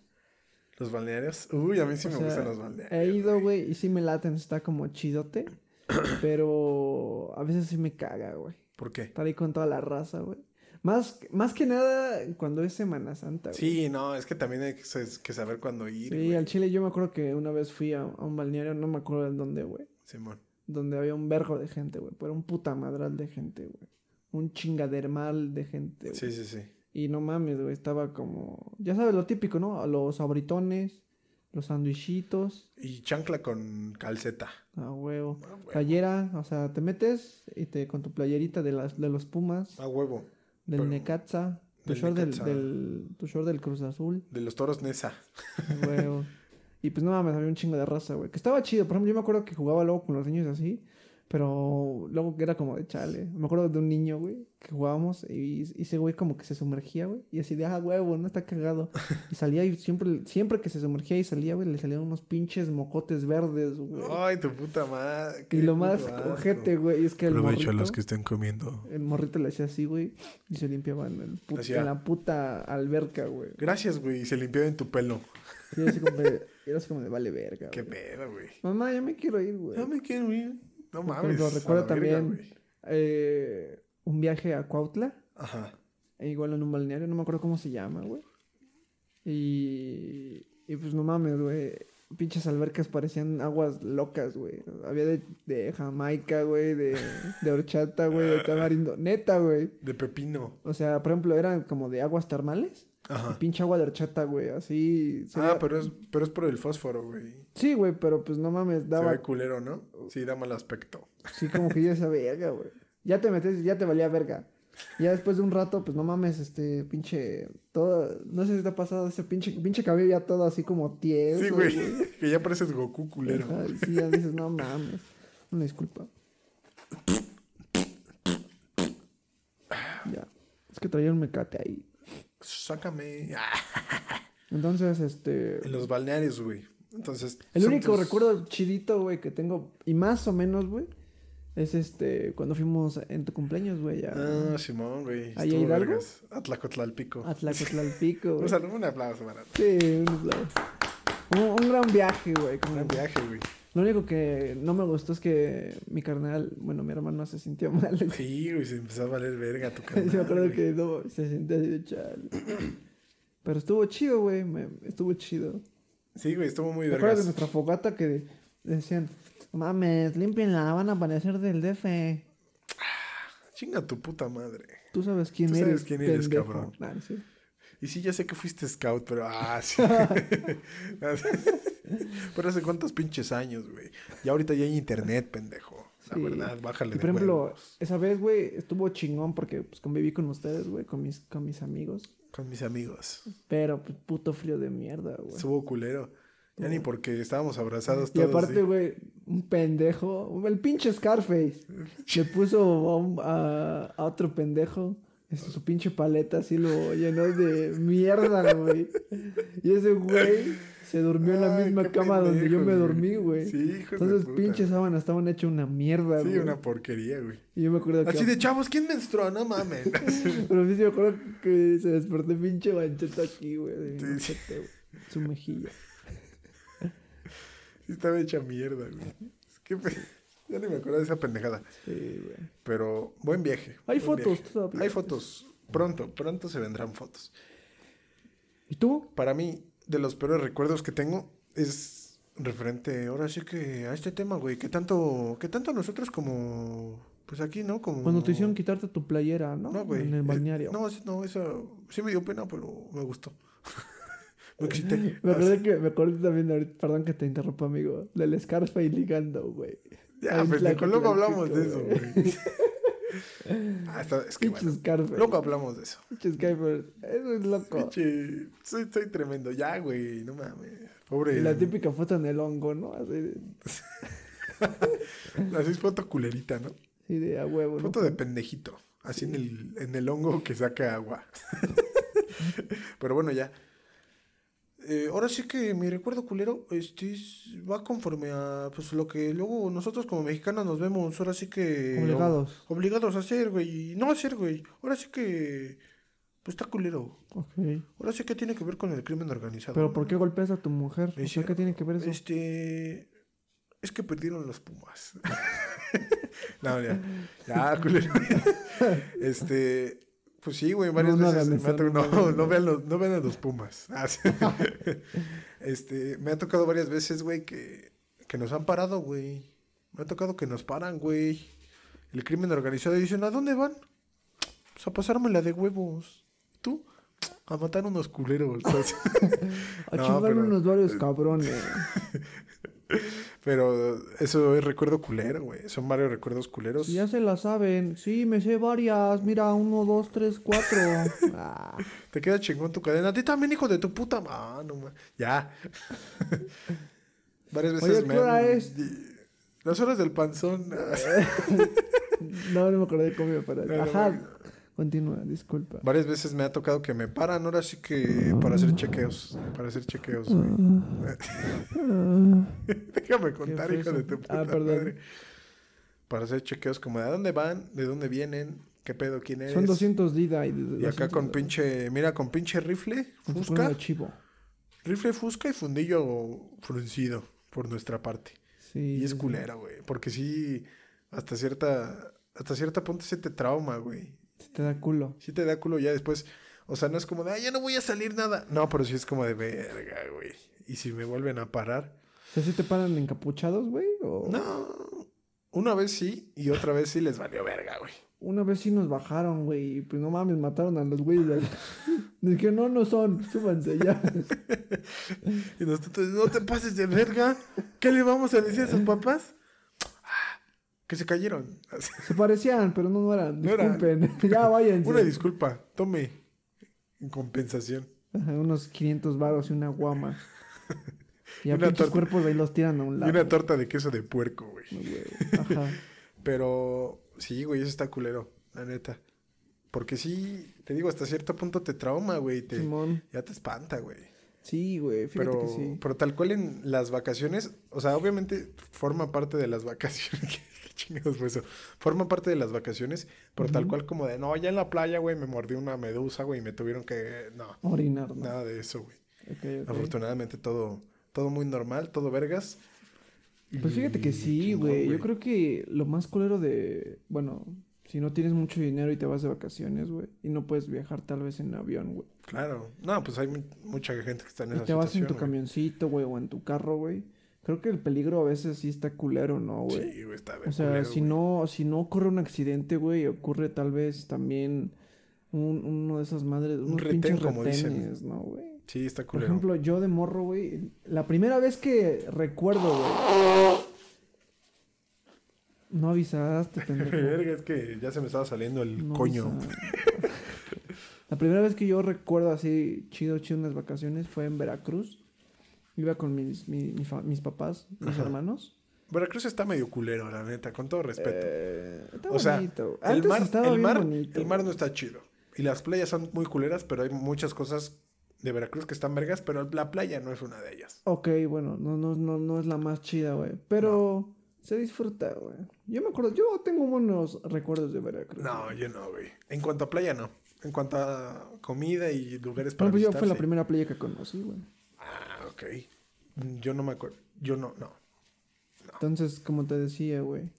S1: Los balnearios. Uy, a mí sí
S2: O
S1: me
S2: sea,
S1: gustan los balnearios.
S2: He ido, güey, y sí me laten, está como chidote. pero a veces sí me caga, güey.
S1: ¿Por qué?
S2: Estar ahí con toda la raza, güey. Más, más que nada cuando es Semana Santa, güey.
S1: Sí, no, es que también hay que sa- que saber cuándo ir,
S2: Sí,
S1: güey.
S2: al Chile yo me acuerdo que una vez fui a, a un balneario, no me acuerdo en dónde, güey.
S1: Simón.
S2: Donde había un vergo de gente, güey. Pero un puta madral de gente, güey. Un chingadermal de gente, güey.
S1: Sí, sí, sí.
S2: Y no mames, güey. Estaba como... Ya sabes lo típico, ¿no? Los abritones, los sandwichitos,
S1: Y chancla con calceta.
S2: a huevo.
S1: A huevo.
S2: Playera, o sea, te metes y te, con tu playerita de, las, de los Pumas,
S1: A huevo.
S2: del
S1: Ah, pero-
S2: Necaxa, tu,
S1: del
S2: short del,
S1: Necaxa.
S2: del- tu short del Cruz Azul.
S1: De los toros Nesa.
S2: A huevo. Y pues no mames, había un chingo de raza, güey. Que estaba chido. Por ejemplo, yo me acuerdo que jugaba luego con los niños así. Pero luego que era como de chale. Me acuerdo de un niño, güey, que jugábamos y, y ese güey como que se sumergía, güey. Y así de, ah, huevo, no está cagado. Y salía y siempre, siempre que se sumergía y salía, güey, le salían unos pinches mocotes verdes, güey.
S1: Ay, tu puta madre. qué
S2: y lo más
S1: puto asco.
S2: cojete, güey, es que el morrito,
S1: estén comiendo.
S2: el morrito le hacía así, güey, y se limpiaba en, el put-
S1: Hacía-
S2: en la puta alberca, güey.
S1: Gracias, güey. y Se limpió en tu pelo.
S2: Y era así como de, era así como de vale verga,
S1: Qué
S2: güey.
S1: pedo, güey.
S2: Mamá, ya me quiero ir, güey.
S1: No me quiero ir. No
S2: Por
S1: mames.
S2: ejemplo,
S1: a la
S2: recuerdo
S1: verga,
S2: también-
S1: güey.
S2: eh, un viaje a Cuautla,
S1: Ajá.
S2: e igual en un balneario, no me acuerdo cómo se llama, güey. Y, y pues no mames, güey. Pinches albercas parecían aguas locas, güey. Había de, de Jamaica, güey, de, de horchata, güey, de tamarindo. Neta, güey.
S1: De pepino.
S2: O sea, por ejemplo, eran como de aguas termales. Y
S1: Ajá.
S2: pinche agua de horchata, güey, así. se
S1: Ah,
S2: veía-
S1: pero es, pero es por el fósforo, güey.
S2: Sí, güey, pero pues no mames,
S1: Se
S2: daba
S1: ve culero, ¿no? Sí, da mal aspecto.
S2: Sí, como que ya esa verga, güey. Ya te metes, ya te valía verga. Ya después de un rato, pues no mames, este pinche. Todo. No sé si te ha pasado ese pinche, pinche cabello ya todo así como tieso.
S1: Sí, güey. Que ya pareces Goku culero.
S2: Ajá, y sí, ya dices, no mames. Una disculpa. ya. Es que traía un mecate ahí.
S1: Sácame. Ah,
S2: Entonces, este.
S1: en los balnearios, güey. Entonces.
S2: El
S1: son
S2: único
S1: tus-
S2: recuerdo chidito, güey, que tengo, y más o menos, güey, es este, cuando fuimos en tu cumpleaños, güey, a,
S1: Ah, Simón, güey.
S2: ¿Ahí
S1: Estuvo
S2: hay algo?
S1: vergas. A Tlacotlalpico.
S2: a Tlacotalpico, güey.
S1: Un saludo, un aplauso, para
S2: Sí, un aplauso. Un, un gran viaje, güey. como-
S1: Gran viaje, güey.
S2: Lo único que no me gustó es que mi carnal, bueno, mi hermano se sintió mal. güey.
S1: Sí, güey, se empezó a valer verga tu canal.
S2: Yo me acuerdo que no, se sintió así de chale. Pero estuvo chido, güey. me- Estuvo chido.
S1: Sí, güey, estuvo muy
S2: ¿Te acuerdas
S1: vergas.
S2: de nuestra fogata que decían, mames, limpienla, van a aparecer del DF?
S1: Chinga tu puta madre.
S2: Tú sabes quién
S1: Tú
S2: eres.
S1: sabes quién eres,
S2: pendejo".
S1: cabrón.
S2: Nah, no es cierto.
S1: Y sí, ya sé que fuiste scout, pero. Ah, sí. pero hace cuántos pinches años, güey. Ya ahorita ya hay internet, pendejo. La
S2: Sí.
S1: verdad, bájale
S2: Y
S1: de
S2: por ejemplo,
S1: huevos.
S2: esa vez, güey, estuvo chingón porque pues, conviví con ustedes, güey, con mis, con mis amigos.
S1: Con mis amigos.
S2: Pero, pues, puto frío de mierda, güey.
S1: Estuvo culero. Ya ni porque estábamos abrazados
S2: Y
S1: todos.
S2: aparte,
S1: sí.
S2: güey, un pendejo, el pinche Scarface, le puso a, un- a- a otro pendejo este, su pinche paleta, así lo llenó de mierda, güey. Y ese güey se durmió en la
S1: Ay,
S2: misma
S1: qué
S2: cama donde yo me
S1: pendejos,
S2: dormí, güey.
S1: Sí, hijo
S2: Entonces,
S1: de puta.
S2: pinches sábanas estaban hechas una mierda, güey.
S1: Sí, una porquería, güey.
S2: Y yo me acuerdo que.
S1: Así de chavos, ¿quién menstruó? No mames.
S2: Pero sí, sí me acuerdo que se despertó pinche mancheta aquí, güey. de mi
S1: Sí, sí.
S2: mancheta, güey, Su mejilla.
S1: Sí, Estaba hecha mierda, güey. Es Qué pe- Ya ni me acuerdo de esa pendejada.
S2: Sí, güey.
S1: Pero buen viaje.
S2: Hay
S1: buen
S2: fotos
S1: viaje.
S2: todavía.
S1: Hay fotos. Pronto, pronto se vendrán fotos.
S2: ¿Y tú?
S1: Para mí, de los peores recuerdos que tengo es referente, ahora sí que a este tema, güey. Que tanto, que tanto nosotros como, pues aquí, ¿no? Como...
S2: Cuando te hicieron quitarte tu playera, ¿no?
S1: No, güey.
S2: En el
S1: Eh,
S2: balneario.
S1: No, sí, no, eso sí me dio pena, pero me gustó. me excité. Ah,
S2: Me acordé, que, me acordé también de ahorita, perdón que te interrumpa, amigo, del Scarface ligando, güey.
S1: Ya,
S2: Ahí
S1: pendejo,
S2: platico,
S1: luego hablamos de eso,
S2: platico,
S1: güey. Ah, está- es que
S2: Pinche
S1: bueno.
S2: Scarface.
S1: Luego hablamos de eso.
S2: Pinche Scarface. Eso es loco.
S1: Pinche, soy, soy tremendo. Ya, güey, no mames. Pobre.
S2: Y la típica foto en el hongo, ¿no? Así de,
S1: Así es foto culerita, ¿no?
S2: así de a huevo. ¿no?
S1: Foto de pendejito. Así en, el, en el hongo que saca agua. Pero bueno, ya. Eh, ahora sí que mi recuerdo culero este, es- va conforme a pues lo que luego nosotros como mexicanos nos vemos ahora sí que
S2: Obligados.
S1: o- obligados a hacer, güey, y no hacer, güey. Ahora sí que pues está culero.
S2: Ok.
S1: Ahora sí que tiene que ver con el crimen organizado.
S2: Pero ¿por qué golpeas a tu mujer?
S1: Me
S2: O sea, ¿Qué
S1: hicieron-
S2: tiene que ver eso?
S1: Este. Es que perdieron los Pumas. no, ya. Ya, culero. este. Pues sí, güey, varias
S2: No, no
S1: veces.
S2: hagan
S1: me ha
S2: eso,
S1: to-
S2: no
S1: no,
S2: hagan
S1: no
S2: eso.
S1: vean los, no vean a los Pumas. Ah, sí. este. Me ha tocado varias veces, güey, que, que nos han parado, güey. Me ha tocado que nos paran, güey. El crimen organizado. Y dicen, ¿a dónde van? Pues a pasármela de huevos. ¿Tú? A matar unos culeros.
S2: A
S1: No,
S2: chingar
S1: pero-
S2: unos varios cabrones.
S1: Pero eso es recuerdo culero, güey. Son varios recuerdos culeros.
S2: ya se la saben. Sí, me sé varias. Mira, uno, dos, tres, cuatro. Ah,
S1: Te queda chingón tu cadena. A ti también, hijo de tu puta mano, no, ma- Ya. varias veces
S2: Oye, ¿qué hora
S1: han-
S2: es?
S1: Las horas del panzón.
S2: no, no me acordé cómo iba para.
S1: No, no, no.
S2: Ajá. Continúa, disculpa.
S1: varias veces me ha tocado que me paran. Ahora sí que para hacer chequeos. Para hacer chequeos, güey. Déjame contar,
S2: fue
S1: hijo
S2: eso?
S1: de tu puta
S2: Ah, perdón.
S1: madre. Para hacer chequeos como de dónde van, de dónde vienen, qué pedo, quién eres.
S2: Son 200 Dida y,
S1: Y acá con pinche, mira, con pinche rifle, fusca,
S2: Busca. chivo.
S1: rifle fusca y fundillo fruncido por nuestra parte.
S2: Sí.
S1: Y es
S2: sí, sí.
S1: culera, güey, porque sí, hasta cierta, hasta cierta punto se te trauma, güey.
S2: Se te da culo.
S1: Sí te da culo ya después, o sea, no es como de, ah, ya no voy a salir nada. No, pero sí es como de, verga, güey, y si me vuelven a parar.
S2: O sea, ¿sí te paran encapuchados, güey? ¿O...
S1: No, una vez sí y otra vez sí les valió verga, güey.
S2: Una vez sí nos bajaron, güey. y Pues no mames, mataron a los güeyes. de ahí. Dije, no, no son. Súbanse ya.
S1: Y nosotros, no te pases de verga. ¿Qué le vamos a decir a sus papás? Ah, Que se cayeron. Así.
S2: Se parecían, pero no, no eran.
S1: No eran.
S2: Disculpen. ya váyanse.
S1: Una disculpa, tome. En compensación.
S2: Ajá, unos 500 varos y una guama. Y a
S1: Una
S2: pinches
S1: torta.
S2: cuerpos ahí los tiran a un
S1: Y
S2: lado.
S1: una torta de queso de puerco, güey.
S2: No, güey. Ajá.
S1: Pero sí, güey, eso está culero, la neta. Porque sí, te digo, hasta cierto punto te trauma, güey. Te,
S2: Simón.
S1: ya te espanta, güey.
S2: Sí, güey. Fíjate
S1: Pero,
S2: que sí.
S1: pero tal cual en las vacaciones, o sea, obviamente forma parte de las vacaciones. ¿Qué, qué chingados fue eso? Forma parte de las vacaciones, pero tal cual como de, no, ya en la playa, güey, me mordió una medusa, güey, y me tuvieron que... No,
S2: Orinar, ¿no?
S1: nada de eso, güey.
S2: Ok, ok.
S1: Afortunadamente todo, todo muy normal, todo vergas.
S2: Pues fíjate que sí,
S1: chingón,
S2: güey. Yo creo que lo más culero de. Bueno, si no tienes mucho dinero y te vas de vacaciones, güey. Y no puedes viajar tal vez en avión, güey.
S1: Claro. No, pues hay mu- mucha gente que está en
S2: Y
S1: esa
S2: te vas en tu
S1: situación,
S2: camioncito, güey, o en tu carro, güey. Creo que el peligro a veces sí está culero, ¿no,
S1: güey.
S2: güey?
S1: Sí, güey, está bien
S2: o sea,
S1: culero,
S2: si
S1: güey.
S2: no, si no ocurre un accidente, güey, ocurre tal vez también un- uno de esas madres, unos
S1: retén,
S2: pinches
S1: como dicen.
S2: retenes, ¿no, güey?
S1: Sí, está
S2: Por
S1: culero.
S2: ejemplo, yo de morro, güey, la primera vez que recuerdo, güey. No avisaste, pendejo.
S1: Verga, es que ya se me estaba saliendo el
S2: No
S1: coño.
S2: avisaste. La primera vez que yo recuerdo así, chido, chido, unas vacaciones fue en Veracruz. Iba con mis, mi- mi fa- mis papás, mis hermanos.
S1: Veracruz está medio culero, la neta, con todo respeto.
S2: Eh, está
S1: o sea,
S2: bonito.
S1: el
S2: Antes
S1: mar,
S2: estaba
S1: el,
S2: bien
S1: mar,
S2: bonito.
S1: el mar no está chido. Y las playas son muy culeras, pero hay muchas cosas de Veracruz que están vergas, pero la playa no es una de ellas.
S2: Ok, bueno, no, no, no, no es la más chida, güey. Pero se disfruta, güey. Yo me acuerdo, yo tengo buenos recuerdos de Veracruz.
S1: No, yo no, güey. En cuanto a playa, no. En cuanto a comida y lugares para
S2: Pero pues yo
S1: visitar,
S2: fue la
S1: sí.
S2: primera playa que conocí, güey.
S1: Ah, ok. Yo no me acuerdo. Yo no, no.
S2: Entonces, como te decía, güey.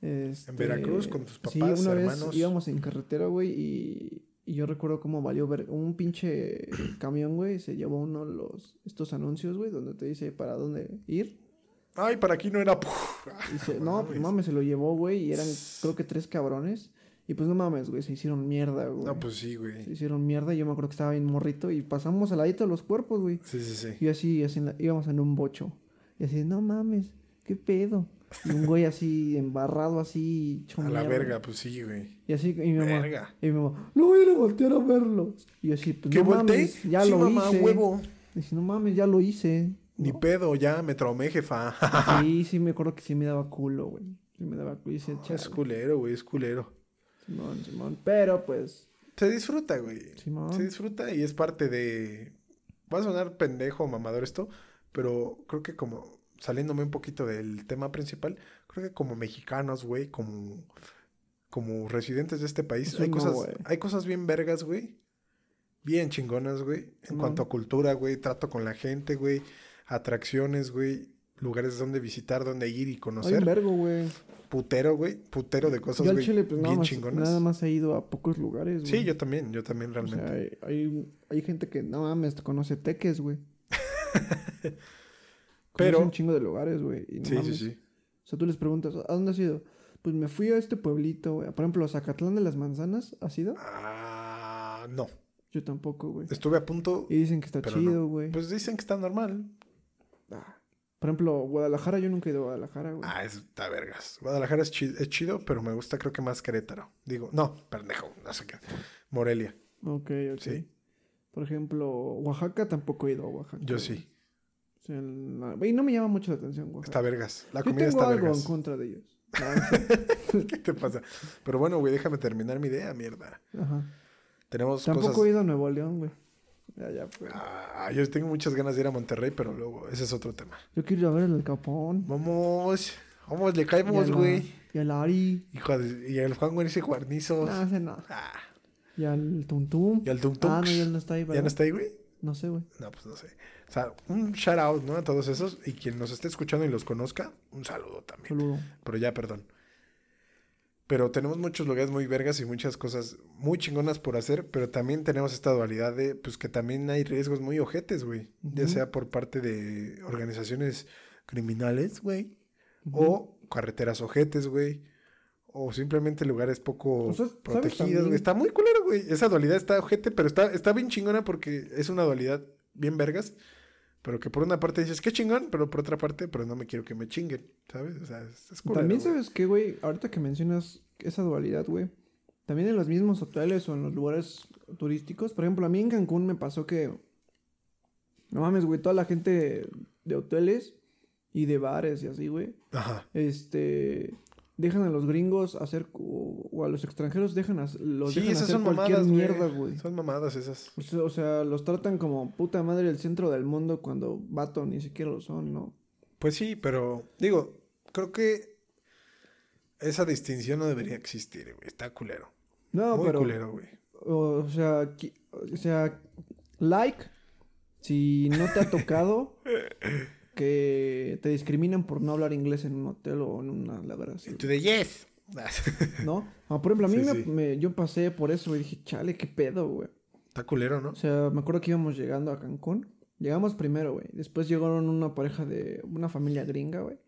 S2: este,
S1: Veracruz con tus
S2: sí,
S1: papás,
S2: una
S1: hermanos?
S2: Vez íbamos en carretera, güey, y, y yo recuerdo cómo valió ver un pinche camión, güey, se llevó uno de los estos anuncios, güey, donde te dice para dónde ir.
S1: Ay, para aquí no era. Ah,
S2: Y se- no, pues mames, se lo llevó, güey, y eran creo que tres cabrones. Y pues no mames, güey, se hicieron mierda, güey.
S1: No, pues sí, güey.
S2: Se hicieron mierda, y yo me acuerdo que estaba bien morrito y pasamos al ladito de los cuerpos, güey.
S1: Sí, sí, sí.
S2: Y así, así en la- íbamos en un bocho. Y así, no mames, qué pedo. Y un güey así, embarrado, así, hecho
S1: A la
S2: mierda.
S1: verga, pues sí, güey.
S2: Y así, y mi mamá,
S1: Verga.
S2: y mi mamá, no voy a ir a voltear a verlos. Y yo así, pues
S1: ¿Qué
S2: no
S1: volteé?
S2: mames, ya
S1: sí,
S2: lo
S1: mamá,
S2: hice.
S1: huevo.
S2: Y dice, no mames, ya lo hice.
S1: Ni
S2: No.
S1: pedo, ya me traumé, jefa.
S2: Sí, sí, me acuerdo que sí me daba culo, güey. Sí me daba culo. Y dice,
S1: es
S2: chale,
S1: culero, güey, es culero.
S2: Simón, Simón. Pero pues,
S1: Se disfruta, güey.
S2: Simón.
S1: Se disfruta y es parte de. Va a sonar pendejo, mamador esto, pero creo que como. Saliéndome un poquito del tema principal, creo que como mexicanos, güey, como. Como residentes de este país,
S2: Eso
S1: hay,
S2: no,
S1: cosas,
S2: güey.
S1: hay cosas bien vergas, güey. Bien chingonas, güey. En
S2: Simón.
S1: cuanto a cultura, güey, trato con la gente, güey. Atracciones, güey. Lugares donde visitar, donde ir y
S2: hay un
S1: conocer.
S2: vergo, güey.
S1: Putero, güey. Putero de cosas,
S2: Yo al
S1: güey.
S2: Chile, pues nada
S1: bien
S2: más,
S1: chingonas.
S2: nada más he ido a pocos lugares, güey.
S1: Sí, yo también, yo también
S2: O sea,
S1: realmente.
S2: hay, hay, hay gente que no mames, te conoce teques, güey.
S1: Pero-
S2: Pero. un chingo de lugares, güey. y no
S1: sí, sí,
S2: mames.
S1: sí.
S2: O sea, tú les preguntas, ¿a dónde has ido? Pues me fui a este pueblito, güey. Por ejemplo, a Zacatlán de las Manzanas, ¿has ido?
S1: Ah, no.
S2: Yo tampoco, güey.
S1: Estuve a punto.
S2: Y dicen que está
S1: pero no.
S2: chido, güey.
S1: Pues dicen que está normal.
S2: Ah. Por ejemplo, Guadalajara, yo nunca he ido a Guadalajara, güey.
S1: Ah, está vergas. Guadalajara es chido, es chido, pero me gusta creo que más Querétaro. Digo, no, pendejo, no sé qué. Morelia.
S2: Ok, ok.
S1: Sí.
S2: Por ejemplo, Oaxaca tampoco he ido a Oaxaca.
S1: Yo
S2: güey.
S1: sí.
S2: O sea, la- güey, no me llama mucho la atención, Oaxaca.
S1: Está vergas. La
S2: yo
S1: comida
S2: tengo
S1: está
S2: algo en
S1: vergas.
S2: contra de ellos. Ah, sí.
S1: ¿Qué te pasa? Pero bueno, güey, déjame terminar mi idea, mierda.
S2: Ajá.
S1: Tenemos
S2: Tampoco
S1: cosas.
S2: he ido a Nuevo León, güey. Ya, ya, pues.
S1: Ah, yo tengo muchas ganas de ir a Monterrey, pero luego, ese es otro tema.
S2: Yo quiero ir a ver el Capón.
S1: Vamos, vamos, le caemos,
S2: y al-
S1: güey.
S2: Y al Ari.
S1: Hijo de- y el Juan, güey, ese guarnizo.
S2: No, ese no.
S1: Ah,
S2: Y al Tuntum.
S1: y el Tum
S2: Ah, no,
S1: Tums.
S2: y él no está ahí, ¿verdad?
S1: ¿Ya no está ahí, güey?
S2: No sé, güey.
S1: No, pues no sé. O sea, un shout out, ¿no? A todos esos. Y quien nos esté escuchando y los conozca, un saludo también.
S2: Saludo.
S1: Pero ya, perdón. Pero tenemos muchos lugares muy vergas y muchas cosas muy chingonas por hacer, pero también tenemos esta dualidad de, pues que también hay riesgos muy ojetes, güey. Ya
S2: Ujú.
S1: sea por parte de organizaciones criminales, güey. O carreteras ojetes, güey. O simplemente lugares poco
S2: O sea, ¿sabes
S1: protegidos,
S2: también?
S1: güey. Está muy culero, güey. Esa dualidad está ojete, pero está, está bien chingona porque es una dualidad bien vergas. Pero que por una parte dices, qué chingón, pero por otra parte, pero no me quiero que me chinguen, ¿sabes? O sea, es, es culero,
S2: También
S1: güey.
S2: sabes que, güey, ahorita que mencionas esa dualidad, güey. También en los mismos hoteles o en los lugares turísticos. Por ejemplo, a mí en Cancún me pasó que. No mames, güey, toda la gente de hoteles y de bares y así, güey.
S1: Ajá.
S2: este dejan a los gringos hacer o, o a los extranjeros dejan a, los
S1: sí,
S2: dejan
S1: esas
S2: hacer
S1: son
S2: cualquier
S1: mamadas,
S2: mierda, güey.
S1: Son mamadas esas.
S2: O sea- O sea, los tratan como puta madre el centro del mundo cuando vato ni siquiera lo son, ¿no?
S1: Pues sí, pero digo, creo que esa distinción no debería existir, güey. Está culero.
S2: No,
S1: muy
S2: pero
S1: culero, güey.
S2: o, o sea, qui- o sea, like si no te ha tocado que te discriminan por no hablar inglés en un hotel o en una la verdad.
S1: Y tú de yes.
S2: ¿No? Ah, por ejemplo, a mí
S1: Sí,
S2: me-
S1: sí.
S2: me- yo pasé por eso y dije, "Chale, qué pedo, güey."
S1: Está culero, ¿no?
S2: O sea, me acuerdo que íbamos llegando a Cancún. Llegamos primero, güey. Después llegaron una pareja de una familia gringa, güey.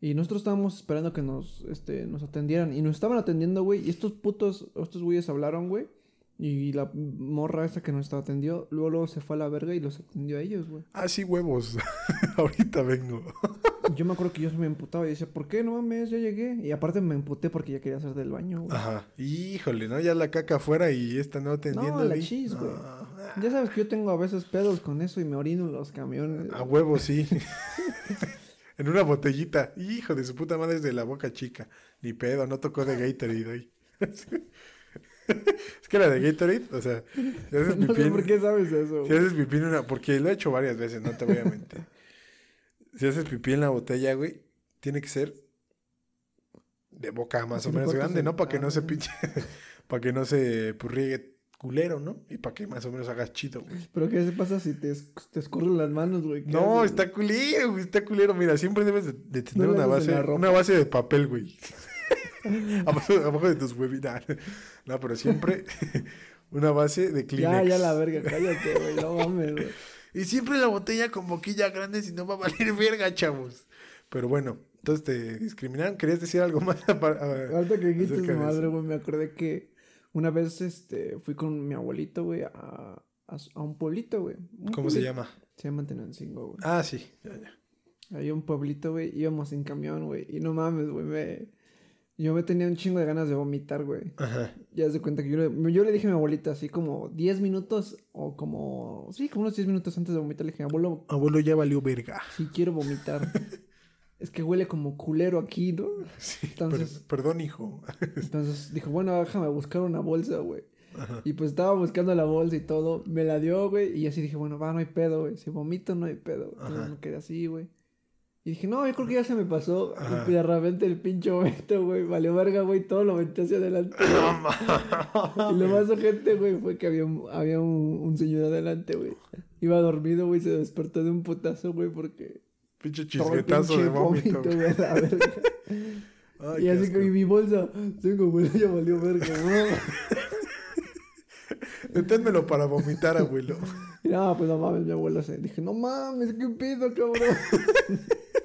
S2: Y nosotros estábamos esperando que nos, este, nos atendieran. Y nos estaban atendiendo, güey. Y estos putos, estos güeyes hablaron, güey. Y la morra esa que nos atendió, luego, luego se fue a la verga y los atendió a ellos, güey.
S1: Ah, sí, huevos. Ahorita vengo.
S2: Yo me acuerdo que yo me emputaba y decía, ¿por qué? No mames, ya llegué. Y aparte me emputé porque ya quería hacer del baño, güey.
S1: Ajá. Híjole, ¿no? Ya la caca afuera y esta no atendiendo.
S2: No, la
S1: vi.
S2: chis, güey.
S1: No.
S2: Ya sabes que yo tengo a veces pedos con eso y me orino en los camiones.
S1: A huevo, sí. en una botellita. Hijo de su puta madre es de la boca chica. Ni pedo, no tocó de Gatorade hoy. es que la de Gatorade, o sea, si haces
S2: no
S1: pipí,
S2: sé
S1: en-
S2: por qué sabes eso,
S1: si
S2: güey.
S1: haces pipí en una... Porque lo he hecho varias veces, no te voy a mentir. si haces pipí en la botella, güey, tiene que ser de boca más
S2: Si
S1: o
S2: le
S1: menos
S2: cortas
S1: grande,
S2: el-
S1: ¿no? Para que
S2: ah,
S1: no se
S2: bueno.
S1: pinche... para que no se pues, riegue culero, ¿no? Y para que más o menos hagas chido, güey.
S2: ¿Pero qué se pasa si te, es- te escurren las manos, güey? ¿Qué
S1: No,
S2: haces,
S1: está culero, güey, está culero. Mira, siempre debes de, de tener
S2: No lo
S1: una
S2: hagas en
S1: base,
S2: la ropa.
S1: una base de papel, güey. abajo, abajo de tus huevitas. No, pero siempre una base de
S2: güey?
S1: Kleenex.
S2: Ya, ya la verga, cállate, güey. No mames, güey.
S1: Y siempre la botella con boquilla grande, si no va a valer verga, chavos. Pero bueno, entonces te discriminaron. ¿Querías decir algo más? apar- a-
S2: Ahorita que dijiste
S1: acerca
S2: su
S1: de
S2: madre,
S1: eso?
S2: güey, me acordé que una vez este, fui con mi abuelito, güey, a, a, su- a un pueblito, güey. Un
S1: ¿Cómo se
S2: pueblito.
S1: llama?
S2: Se llama Tenancingo, güey.
S1: Ah, sí. ya, ya.
S2: Había un pueblito, güey, íbamos en camión, güey. Y no mames, güey, me... Yo me tenía un chingo de ganas de vomitar, güey.
S1: Ajá.
S2: Ya se cuenta que yo le, yo le dije a mi abuelita así como 10 minutos o como... Sí, como unos 10 minutos antes de vomitar. Le dije, abuelo,
S1: Abuelo ya valió verga.
S2: sí quiero vomitar. es que huele como culero aquí, ¿no?
S1: Sí, per-
S2: Entonces-
S1: perdón, hijo.
S2: Entonces dijo, bueno, déjame buscar una bolsa, güey. Y pues estaba buscando la bolsa y todo. Me la dio, güey. Y así dije, bueno, va, no hay pedo, güey. Si vomito, no hay pedo. Entonces
S1: Ajá.
S2: me quedé así, güey. Y dije, no, yo creo que ya se me pasó.
S1: Ajá.
S2: Y de repente el pinche momento, güey. Valió verga, güey. Todo lo metí hacia adelante. y lo más urgente, güey, fue que había, un, había un, un señor adelante, güey. Iba dormido, güey. Se despertó de un putazo, güey, porque...
S1: Pinche
S2: todo el
S1: chisguetazo
S2: pinche
S1: de vómito. güey.
S2: güey, a la verga.
S1: Ay,
S2: Y
S1: qué
S2: así
S1: asco.
S2: que mi bolsa, tengo bolsa, ya valió verga, ¿no?
S1: Deténmelo para vomitar, abuelo.
S2: Y no, pues no mames, mi abuelo se. Dije, no mames, qué pedo, cabrón.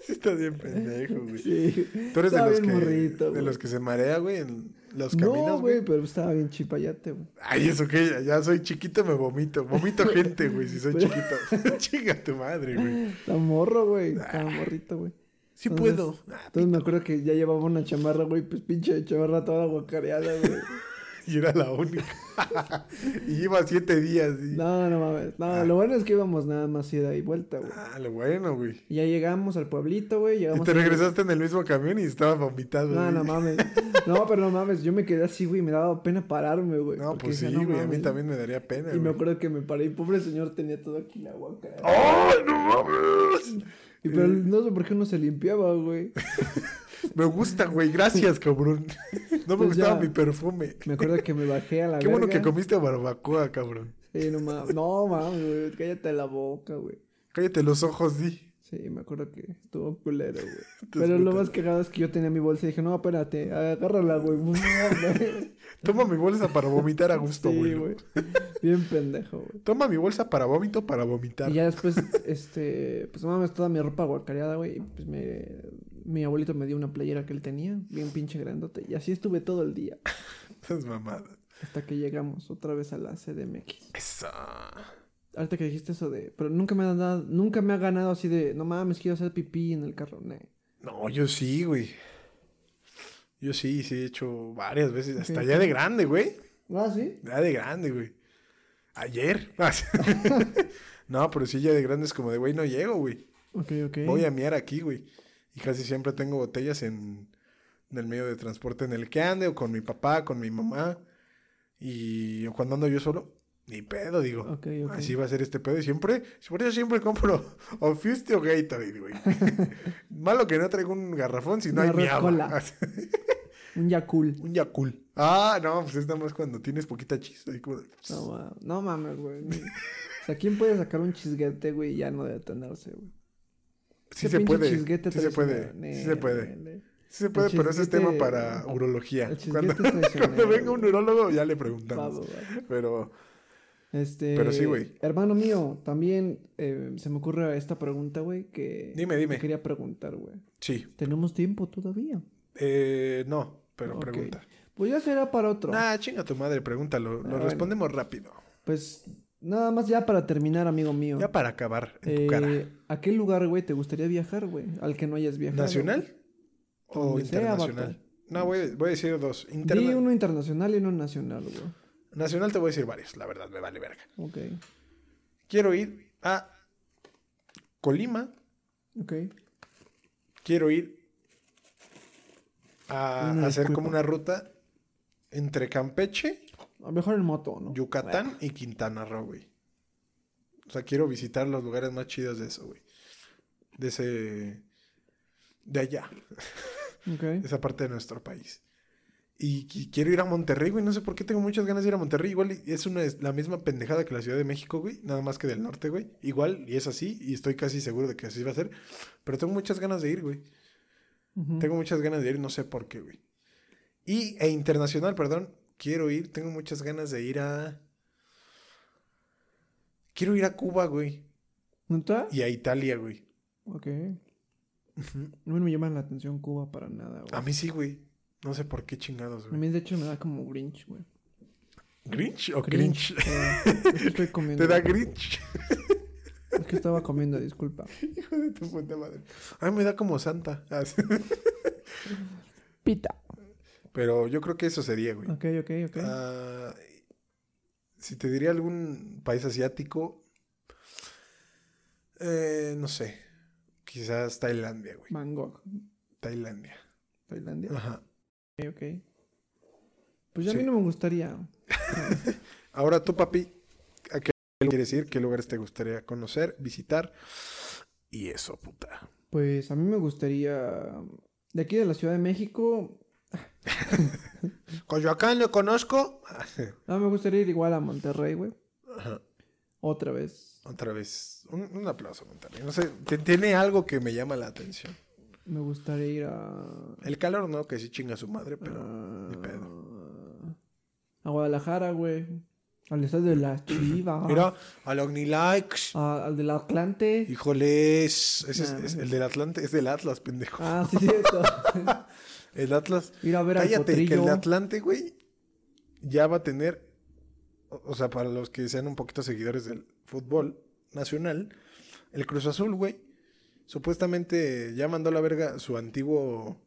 S1: Sí, está bien pendejo, güey.
S2: Sí.
S1: Tú eres de
S2: Estaba
S1: los, que,
S2: bien morrito,
S1: de
S2: güey.
S1: los que se marea, güey, en los
S2: No,
S1: caminos,
S2: güey, pero estaba bien chipayate, güey.
S1: Ay, eso que ya, ya soy chiquito me vomito. Vomito gente, güey, si soy chiquito. Chinga tu madre, güey.
S2: Estaba morro, güey.
S1: Ah,
S2: Estaba morrito, güey.
S1: Sí
S2: Entonces-
S1: puedo. Ah,
S2: Entonces me acuerdo que ya llevaba una chamarra, güey, pues pinche chamarra toda guacareada, güey.
S1: Y era la única. y iba siete días. y-
S2: No, no mames. No, lo bueno es que íbamos nada más ida y vuelta, güey.
S1: Ah, lo bueno, güey.
S2: Y ya llegamos al pueblito, güey.
S1: Y
S2: Llegamos
S1: te
S2: al-
S1: regresaste en el mismo camión y estabas vomitado.
S2: No,
S1: güey.
S2: no mames. No, pero no mames. Yo me quedé así, güey. Me daba pena pararme, güey.
S1: No,
S2: porque
S1: pues sí,
S2: dije,
S1: güey. a mí
S2: mames.
S1: también me daría pena,
S2: Y me
S1: güey. Ah,
S2: acuerdo que me paré y pobre señor tenía todo aquí la guacara.
S1: ¡Ay, no mames!
S2: Y pero
S1: eh.
S2: no sé por qué no se limpiaba, güey.
S1: Me gusta, güey. Gracias, cabrón. No me
S2: Pues
S1: gustaba
S2: ya.
S1: mi perfume.
S2: Me acuerdo que me bajé a la
S1: Qué bueno que
S2: verga.
S1: comiste barbacoa, cabrón.
S2: Sí, no mames. No mames, güey. Cállate la boca, güey.
S1: Cállate los ojos, di.
S2: Sí, me acuerdo que estuvo culero, güey. Pero lo más cagado es que yo tenía mi bolsa y dije, no, espérate, agárrala, güey.
S1: Toma mi bolsa para vomitar a gusto,
S2: sí,
S1: güey.
S2: güey. Bien pendejo, güey.
S1: Toma mi bolsa para vómito para vomitar.
S2: Y ya después, este, pues no mames, toda mi ropa guacareada, güey. y Pues me, mi abuelito me dio una playera que él tenía, bien pinche grandote. Y así estuve todo el día.
S1: Esas mamadas.
S2: Hasta que llegamos otra vez a la CDMX.
S1: Eso.
S2: Ahorita que dijiste eso de. Pero nunca me ha dado, nunca me ha ganado así de. No mames, quiero hacer pipí en el carro. Nah.
S1: No, yo sí, güey. Yo sí, sí he hecho varias veces. Hasta
S2: Ok.
S1: ya de grande, güey.
S2: Ah, sí.
S1: Ya de grande, güey. Ayer. no, pero sí, ya de grande es como de, güey, no llego, güey.
S2: Ok, ok.
S1: Voy a miar aquí, güey. Y casi siempre tengo botellas en, en el medio de transporte en el que ande, o con mi papá, con mi mamá. Y cuando ando yo solo, ni pedo, digo.
S2: Ok, ok.
S1: Así va a ser este pedo. Y siempre, por eso siempre compro o Fusti o Gatorade, güey. Malo que no traigo un garrafón si no
S2: Una
S1: hay mi
S2: Red
S1: agua.
S2: Cola. Un Yakul.
S1: un Yakul. Ah, no, pues es nada más cuando tienes poquita chis. ahí como de- pues,
S2: No, ma- no mames, güey. ni- O sea, ¿quién puede sacar un chisguete, güey, y ya no detenerse, güey?
S1: Sí
S2: Ese
S1: se
S2: pinche
S1: puede.
S2: chisguete
S1: Sí se puede.
S2: tradicional.
S1: Sí se puede.
S2: Nel, nel.
S1: Sí se puede,
S2: El
S1: pero ese es tema
S2: chisguete-
S1: para urología.
S2: el chisguete
S1: Cuando,
S2: tradicional,
S1: cuando venga un
S2: güey.
S1: urólogo ya le
S2: Va,
S1: preguntamos.
S2: va, va.
S1: Pero
S2: Este.
S1: Pero sí, güey.
S2: Hermano mío, también eh, se me ocurre esta pregunta, güey, que.
S1: Dime, dime.
S2: Te quería preguntar, güey.
S1: sí,
S2: ¿Tenemos tiempo todavía?
S1: eh, no, pero
S2: Ok.
S1: pregunta.
S2: Pues ya será para otro.
S1: Nah, chinga tu madre, pregúntalo. Lo
S2: Ah, bueno.
S1: respondemos rápido.
S2: Pues nada más ya para terminar, amigo mío.
S1: Ya para acabar en
S2: Eh,
S1: tu cara.
S2: ¿A qué lugar, güey, te gustaría viajar, güey? Al que no hayas viajado.
S1: ¿Nacional o
S2: Donde sea,
S1: internacional?
S2: vato.
S1: no, voy, voy a decir dos. Interna-
S2: Di uno internacional y uno nacional, güey.
S1: Nacional te voy a decir varios, la verdad, me vale verga.
S2: Ok.
S1: Quiero ir a Colima.
S2: Ok.
S1: Quiero ir a
S2: Una
S1: hacer como
S2: disculpa.
S1: una ruta entre Campeche
S2: A mejor en moto, ¿no?
S1: Yucatán y Quintana Roo, güey. O sea, quiero visitar los lugares más chidos de eso, güey. De ese... De allá,
S2: Ok.
S1: de esa parte de nuestro país. Y, qui- quiero ir a Monterrey, güey. No sé por qué tengo muchas ganas de ir a Monterrey. Igual y es una, es la misma pendejada que la Ciudad de México, güey. Nada más que del norte, güey. Igual, y es así. Y estoy casi seguro de que así va a ser. Pero tengo muchas ganas de ir, güey.
S2: Ujú.
S1: Tengo muchas ganas de ir, no sé por qué, güey. Y, e internacional, perdón. Quiero ir, tengo muchas ganas de ir a. Quiero ir a Cuba, güey.
S2: ¿No está?
S1: Y a Italia, güey.
S2: Ok. No me llama la atención Cuba para nada, güey.
S1: A mí sí, güey. No sé por qué chingados,
S2: A
S1: güey.
S2: mí, de hecho, me da como grinch, güey.
S1: ¿Grinch o
S2: Grinch.
S1: cringe?
S2: Eh, es que estoy comiendo.
S1: ¿Te da Grinch?
S2: Es que estaba comiendo, disculpa.
S1: Hijo de tu puta madre. A mí me da como Santa. Ah, sí.
S2: Pita.
S1: Pero yo creo que eso sería, güey.
S2: Ok, ok, ok.
S1: Ah, si te diría algún país asiático, eh, no sé. Quizás Tailandia, güey.
S2: Bangkok,
S1: Tailandia.
S2: Tailandia.
S1: Ajá.
S2: Ok, ok. Pues ya a mí
S1: Sí.
S2: no me gustaría.
S1: Ahora tú, papi, ¿a qué lugar quieres ir? ¿Qué lugares te gustaría conocer, visitar? Y eso, puta.
S2: Pues a mí me gustaría. De aquí de la Ciudad de México.
S1: Coyoacán lo conozco.
S2: No, me gustaría ir igual a Monterrey, güey.
S1: Ajá.
S2: Otra vez.
S1: Otra vez. Un, un aplauso, Monterrey. No sé, te- tiene algo que me llama la atención.
S2: Me gustaría ir a.
S1: El calor no, que sí chinga su madre, pero... ni
S2: A Guadalajara, güey. Al estadio de las Chivas.
S1: Mira, a los Likes.
S2: A- al del Atlante.
S1: Híjoles, ese es,
S2: Nah,
S1: es
S2: no.
S1: el del Atlante, es del Atlas, pendejo.
S2: Ah, sí, cierto.
S1: El Atlas.
S2: ir a ver al
S1: Cállate, que
S2: potrillo.
S1: el de Atlante, güey, ya va a tener, o o sea, para los que sean un poquito seguidores del fútbol nacional, el Cruz Azul, güey, supuestamente ya mandó a la verga su antiguo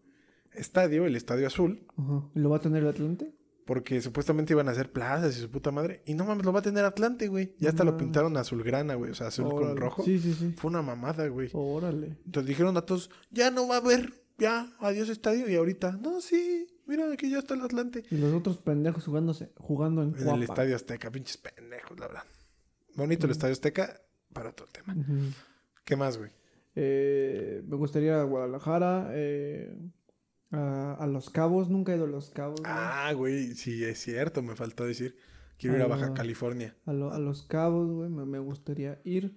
S1: estadio, el Estadio Azul,
S2: Ajá. ¿Lo va a tener el Atlante?
S1: porque supuestamente iban a hacer plazas y su puta madre. Y no mames, lo va a tener Atlante, güey. Ya hasta lo
S2: Mames.
S1: pintaron azulgrana, güey, o sea, azul con
S2: Órale.
S1: rojo.
S2: Sí, Oh. sí, sí.
S1: Fue una mamada, güey.
S2: Órale.
S1: Entonces dijeron a todos, ya no va a haber, ya, adiós estadio. Y ahorita, no, sí, mira, aquí ya está el Atlante.
S2: Y los otros pendejos jugándose, jugando en
S1: En
S2: Cuapa.
S1: el Estadio Azteca, pinches pendejos, la verdad. Bonito el Estadio Azteca para otro tema.
S2: Ujú.
S1: ¿Qué más, güey?
S2: Eh, me gustaría ir a Guadalajara, eh, a, a Los Cabos. Nunca he ido a Los Cabos. güey.
S1: Ah, güey, sí, es cierto, me faltó decir. Quiero ir a Baja
S2: Ah.
S1: California.
S2: A, lo- a Los Cabos, güey, me, me gustaría ir.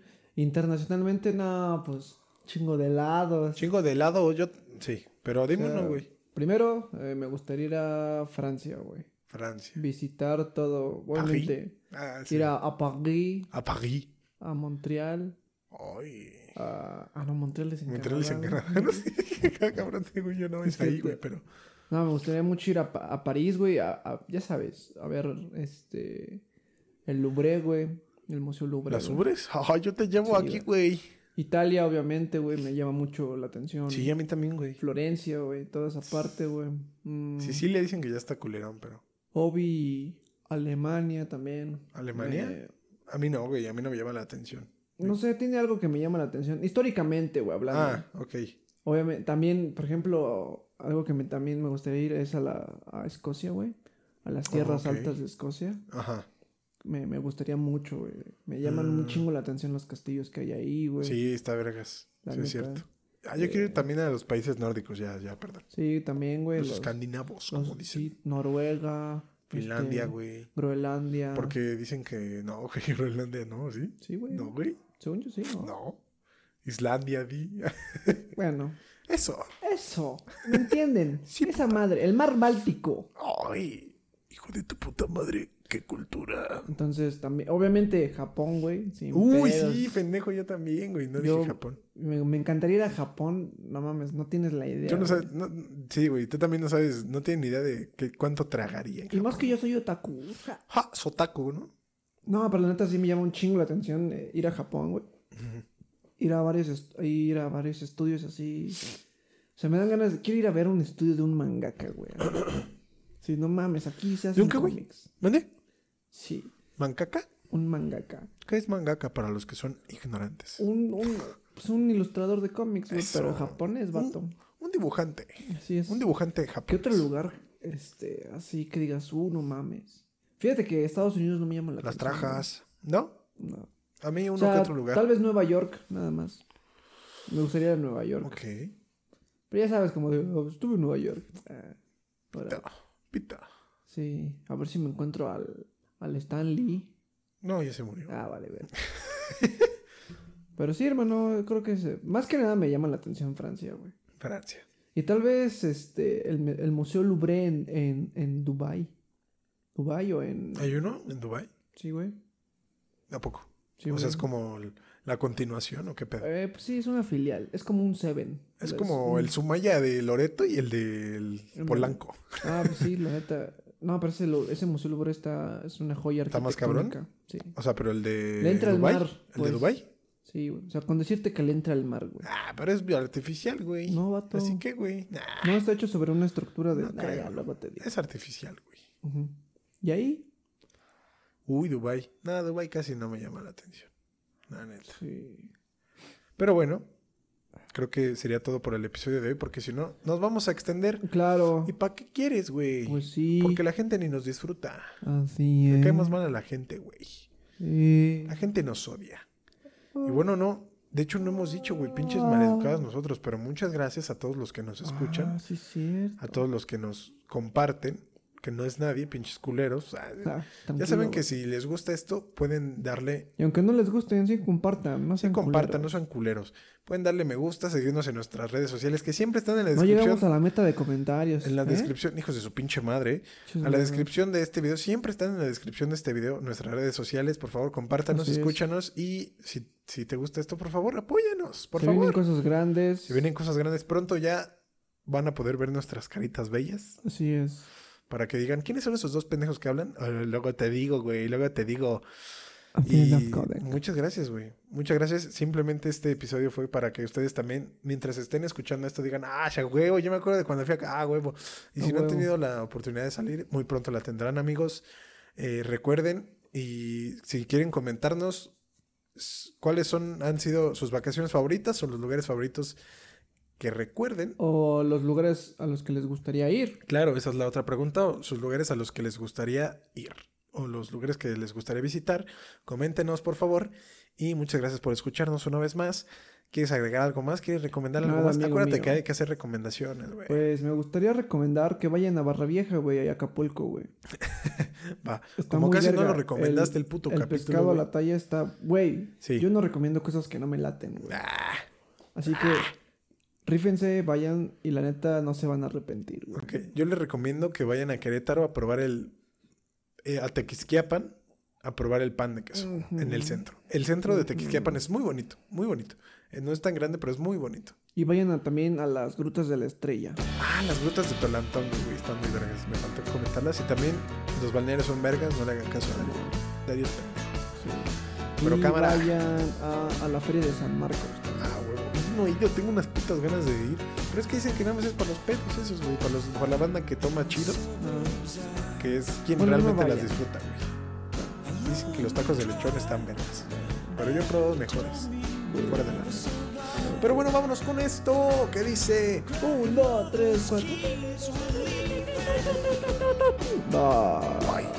S2: Internacionalmente, no, pues chingo de lados. Ah,
S1: Chingo de helado, yo, sí, pero dime uno, güey.
S2: Primero, eh, me gustaría ir a Francia, güey.
S1: Francia.
S2: Visitar todo, obviamente.
S1: Ah, sí.
S2: Ir a, a París,
S1: A París.
S2: a Montreal.
S1: Ay.
S2: A, ah, no, Montreal es en
S1: Montreal es en
S2: Canadá,
S1: Canadá.
S2: güey.
S1: No sé, "Ah, cabrón, te digo, yo no es ahí, güey, pero.
S2: No, me gustaría mucho ir a, Pa- a París, güey. A, a- ya sabes, a ver, este. El Louvre, güey. El Museo Louvre.
S1: ¿Las
S2: güey.
S1: ubres? Ajá, yo te llevo
S2: Sí,
S1: aquí, güey.
S2: Italia, obviamente, güey, me llama mucho la atención.
S1: Sí, a mí también, güey.
S2: Florencia, güey, toda esa parte, güey. Mm,
S1: Sí, sí le dicen que ya está culerón, pero.
S2: Obi, Alemania también.
S1: ¿Alemania?
S2: Eh,
S1: A mí no, güey, a mí no me llama la atención.
S2: no sé, tiene algo que me llama la atención. Históricamente, güey, hablando.
S1: Ah, ok.
S2: Obviamente, también, por ejemplo, algo que me, también me gustaría ir es a, la, a Escocia, güey. A las tierras
S1: ok.
S2: altas de Escocia.
S1: Ajá.
S2: Me, me gustaría mucho, güey. Me llaman un chingo la atención los castillos que hay ahí, güey.
S1: Mm. Sí, está vergas.
S2: La
S1: sí, es
S2: neta. Eh,
S1: cierto. Ah, yo quiero ir también a los países nórdicos, ya, ya, perdón.
S2: Sí, también, güey.
S1: Los
S2: los-
S1: escandinavos,
S2: los-
S1: como dicen.
S2: sí, Noruega.
S1: Finlandia,
S2: este,
S1: güey.
S2: Groenlandia.
S1: Porque dicen que no, güey, Groenlandia no, ¿sí?
S2: Ah. Sí, güey.
S1: No, güey.
S2: Según yo sí, ¿no?
S1: No. Islandia, di.
S2: Bueno.
S1: Eso.
S2: Eso. ¿Me entienden? Esa madre. El mar Báltico.
S4: Ay, hijo de tu puta madre, qué cultura.
S2: Entonces, también... Obviamente, Japón, güey. sin
S1: Uy,
S2: pedos.
S1: sí, pendejo, yo también, güey. No
S2: Yo-
S1: dije Japón.
S2: Me, me encantaría ir a Japón. No mames, no tienes la idea.
S1: Yo no
S2: güey.
S1: sé. no- sí, güey, tú también no sabes, no tienes ni idea de qué, cuánto tragaría. en
S2: Y más que yo soy otaku. ja.
S1: Ja, Sotaku, ¿no?
S2: No, pero la neta sí me llama un chingo la atención eh, ir a Japón, güey. Ir a varios est- ir a varios estudios así. O sea, me dan ganas de quiero ir a ver un estudio de un mangaka, güey. Sí, no mames, aquí se hacen
S1: qué, güey?
S2: cómics.
S1: ¿Mande?
S2: Sí,
S1: ¿Mankaka?
S2: un mangaka.
S1: ¿Qué es mangaka para los que son ignorantes?
S2: Un, un, pues, un ilustrador de cómics, güey,
S1: Eso.
S2: pero japonés, vato.
S1: Un, un dibujante.
S2: Así es.
S1: Un dibujante de Japón.
S2: ¿Qué otro lugar este así que digas, "Uh, no mames"? Fíjate que Estados Unidos no me llama la
S1: Las
S2: atención.
S1: trajas. ¿No?
S2: güey. No.
S1: A mí uno
S2: O sea,
S1: que otro lugar.
S2: Tal vez Nueva York, nada más. Me gustaría ir a Nueva York.
S1: Ok.
S2: pues, Pero ya sabes, como de, "Oh, estuve en Nueva York. Ah, ahora,
S1: No. Pita.
S2: Sí, a ver si me encuentro al, al Stan Lee.
S1: No, ya se murió.
S2: Ah, vale, ver. Pero sí, hermano, creo que es- más que nada me llama la atención Francia, güey.
S1: Francia.
S2: Y tal vez este el, el Museo Louvre en, en, en Dubai. Dubai o en
S1: ¿Hay uno en Dubai?
S2: Sí, güey.
S1: ¿A poco?
S2: Sí,
S1: o sea,
S2: güey.
S1: es como el- la continuación o qué pedo.
S2: Eh, pues sí, es una filial, es como un Seven.
S1: Es
S2: Pues,
S1: como
S2: un-
S1: el Sumaya de Loreto y el del
S2: Ándale.
S1: Polanco.
S2: Ah, pues sí, la neta. No, pero ese, lu- ese Museo Louvre está es una joya
S1: ¿Está más
S2: arquitectónica.
S1: cabrón?
S2: Sí.
S1: O sea, pero el de
S2: Le entra el
S1: Dubái.
S2: mar,
S1: ¿El de
S2: pues.
S1: Dubai?
S2: Sí, güey. O sea, con decirte que le entra el mar, güey.
S1: Ah, pero es artificial, güey.
S2: No, vato.
S1: Así que, güey. nah,
S2: No está hecho sobre una estructura de
S1: No
S2: Ah,
S1: creo,
S2: ya,
S1: ¿no?
S2: luego te digo.
S1: es artificial, güey.
S2: Ujú. Y ahí
S1: Uy, Dubai. Nada, Dubai casi no me llama la atención. La neta.
S2: sí.
S1: Pero bueno, creo que sería todo por el episodio de hoy, porque si no, nos vamos a extender.
S2: Claro.
S1: ¿Y para qué quieres, güey?
S2: Pues sí.
S1: Porque la gente ni nos disfruta.
S2: Así
S1: Le
S2: es.
S1: caemos mal a la gente, güey.
S2: Sí.
S1: La gente nos odia. Y bueno, no. De hecho, no hemos dicho, güey, pinches
S2: Ah.
S1: maleducados nosotros, pero muchas gracias a todos los que nos escuchan,
S2: Ah, sí, es cierto.
S1: a todos los que nos comparten, que no es nadie, pinches culeros. Ah,
S2: Ah,
S1: ya
S2: tranquilo,
S1: saben que
S2: güey.
S1: si les gusta esto, pueden darle
S2: Y aunque no les gusten, sí compartan. No
S1: Sí,
S2: sean
S1: compartan, no
S2: culeros.
S1: sean culeros. Pueden darle me gusta, seguirnos en nuestras redes sociales, que siempre están en la
S2: No
S1: descripción.
S2: llegamos a la meta de comentarios.
S1: En la
S2: ¿eh?
S1: descripción, hijos de su pinche madre.
S2: Chis,
S1: A la
S2: madre.
S1: descripción de este video, siempre están en la descripción de este video nuestras redes sociales. Por favor, compártanos,
S2: Así es.
S1: escúchanos y si, si te gusta esto, por favor, apóyanos, por
S2: Se
S1: favor.
S2: vienen cosas grandes.
S1: Si vienen cosas grandes, pronto ya van a poder ver nuestras caritas bellas
S2: Así es.
S1: para que digan, ¿quiénes son esos dos pendejos que hablan? Ah, Luego te digo, güey, luego te digo.
S2: Así es,
S1: Y
S2: Love Codec.
S1: muchas gracias, güey. Muchas gracias. Simplemente este episodio fue para que ustedes también, mientras estén escuchando esto, digan, ah, ya huevo, yo me acuerdo de cuando fui acá, ah, huevo. Y
S2: A
S1: si no han
S2: huevo.
S1: tenido la oportunidad de salir, muy pronto la tendrán, amigos. Eh, recuerden y si quieren comentarnos s- cuáles son, han sido sus vacaciones favoritas o los lugares favoritos que recuerden.
S2: O los lugares a los que les gustaría ir.
S1: Claro, esa es la otra pregunta. o sus lugares a los que les gustaría ir o los lugares que les gustaría visitar. Coméntenos, por favor. Y muchas gracias por escucharnos una vez más. ¿Quieres agregar algo más? ¿Quieres recomendar algo
S2: Nada,
S1: más?
S2: amigo
S1: Acuérdate
S2: mío.
S1: que hay que hacer recomendaciones, güey.
S2: Pues me gustaría recomendar que vayan a Barra Vieja, güey, y Acapulco, güey.
S1: Va.
S2: Está
S1: Como
S2: muy
S1: casi no
S2: verga.
S1: lo recomendaste el, puto
S2: el
S1: capítulo.
S2: pescado
S1: güey.
S2: a la talla está... Güey,
S1: Sí. Ah.
S2: yo no recomiendo cosas que no me laten, güey. Así que rífense, vayan y la neta no se van a arrepentir, güey.
S1: Ok, Yo les recomiendo que vayan a Querétaro a probar el. eh, a Tequisquiapan a probar el pan de queso en el centro. El centro de Tequisquiapan es muy bonito, muy bonito. Eh, No es tan grande, pero es muy bonito.
S2: Y vayan a- también a las Grutas de la Estrella.
S1: Ah, las grutas de Tolantón, güey, están muy vergas. Me faltó comentarlas. Y también los balnearios son vergas, no le hagan caso a nadie. Nadie es pendejo.
S2: Sí.
S1: Pero
S2: y
S1: cámara.
S2: vayan a, a la Feria de San Marcos.
S1: Ah, huevo. No, y yo tengo unas putas ganas de ir. Pero es que dicen que nada más es para los pedos esos, güey. Para, los, para la banda que toma chido,
S2: Ah,
S1: que es quien
S2: Bueno, no
S1: realmente las
S2: vayan.
S1: disfruta, güey. Dicen que los tacos de lechón están vergas. Pero yo he probado mejores. Fuera de la mesa. Pero bueno, vámonos con esto. ¿Qué dice?
S2: Un, dos, tres, cuatro. Bye.
S1: Bye.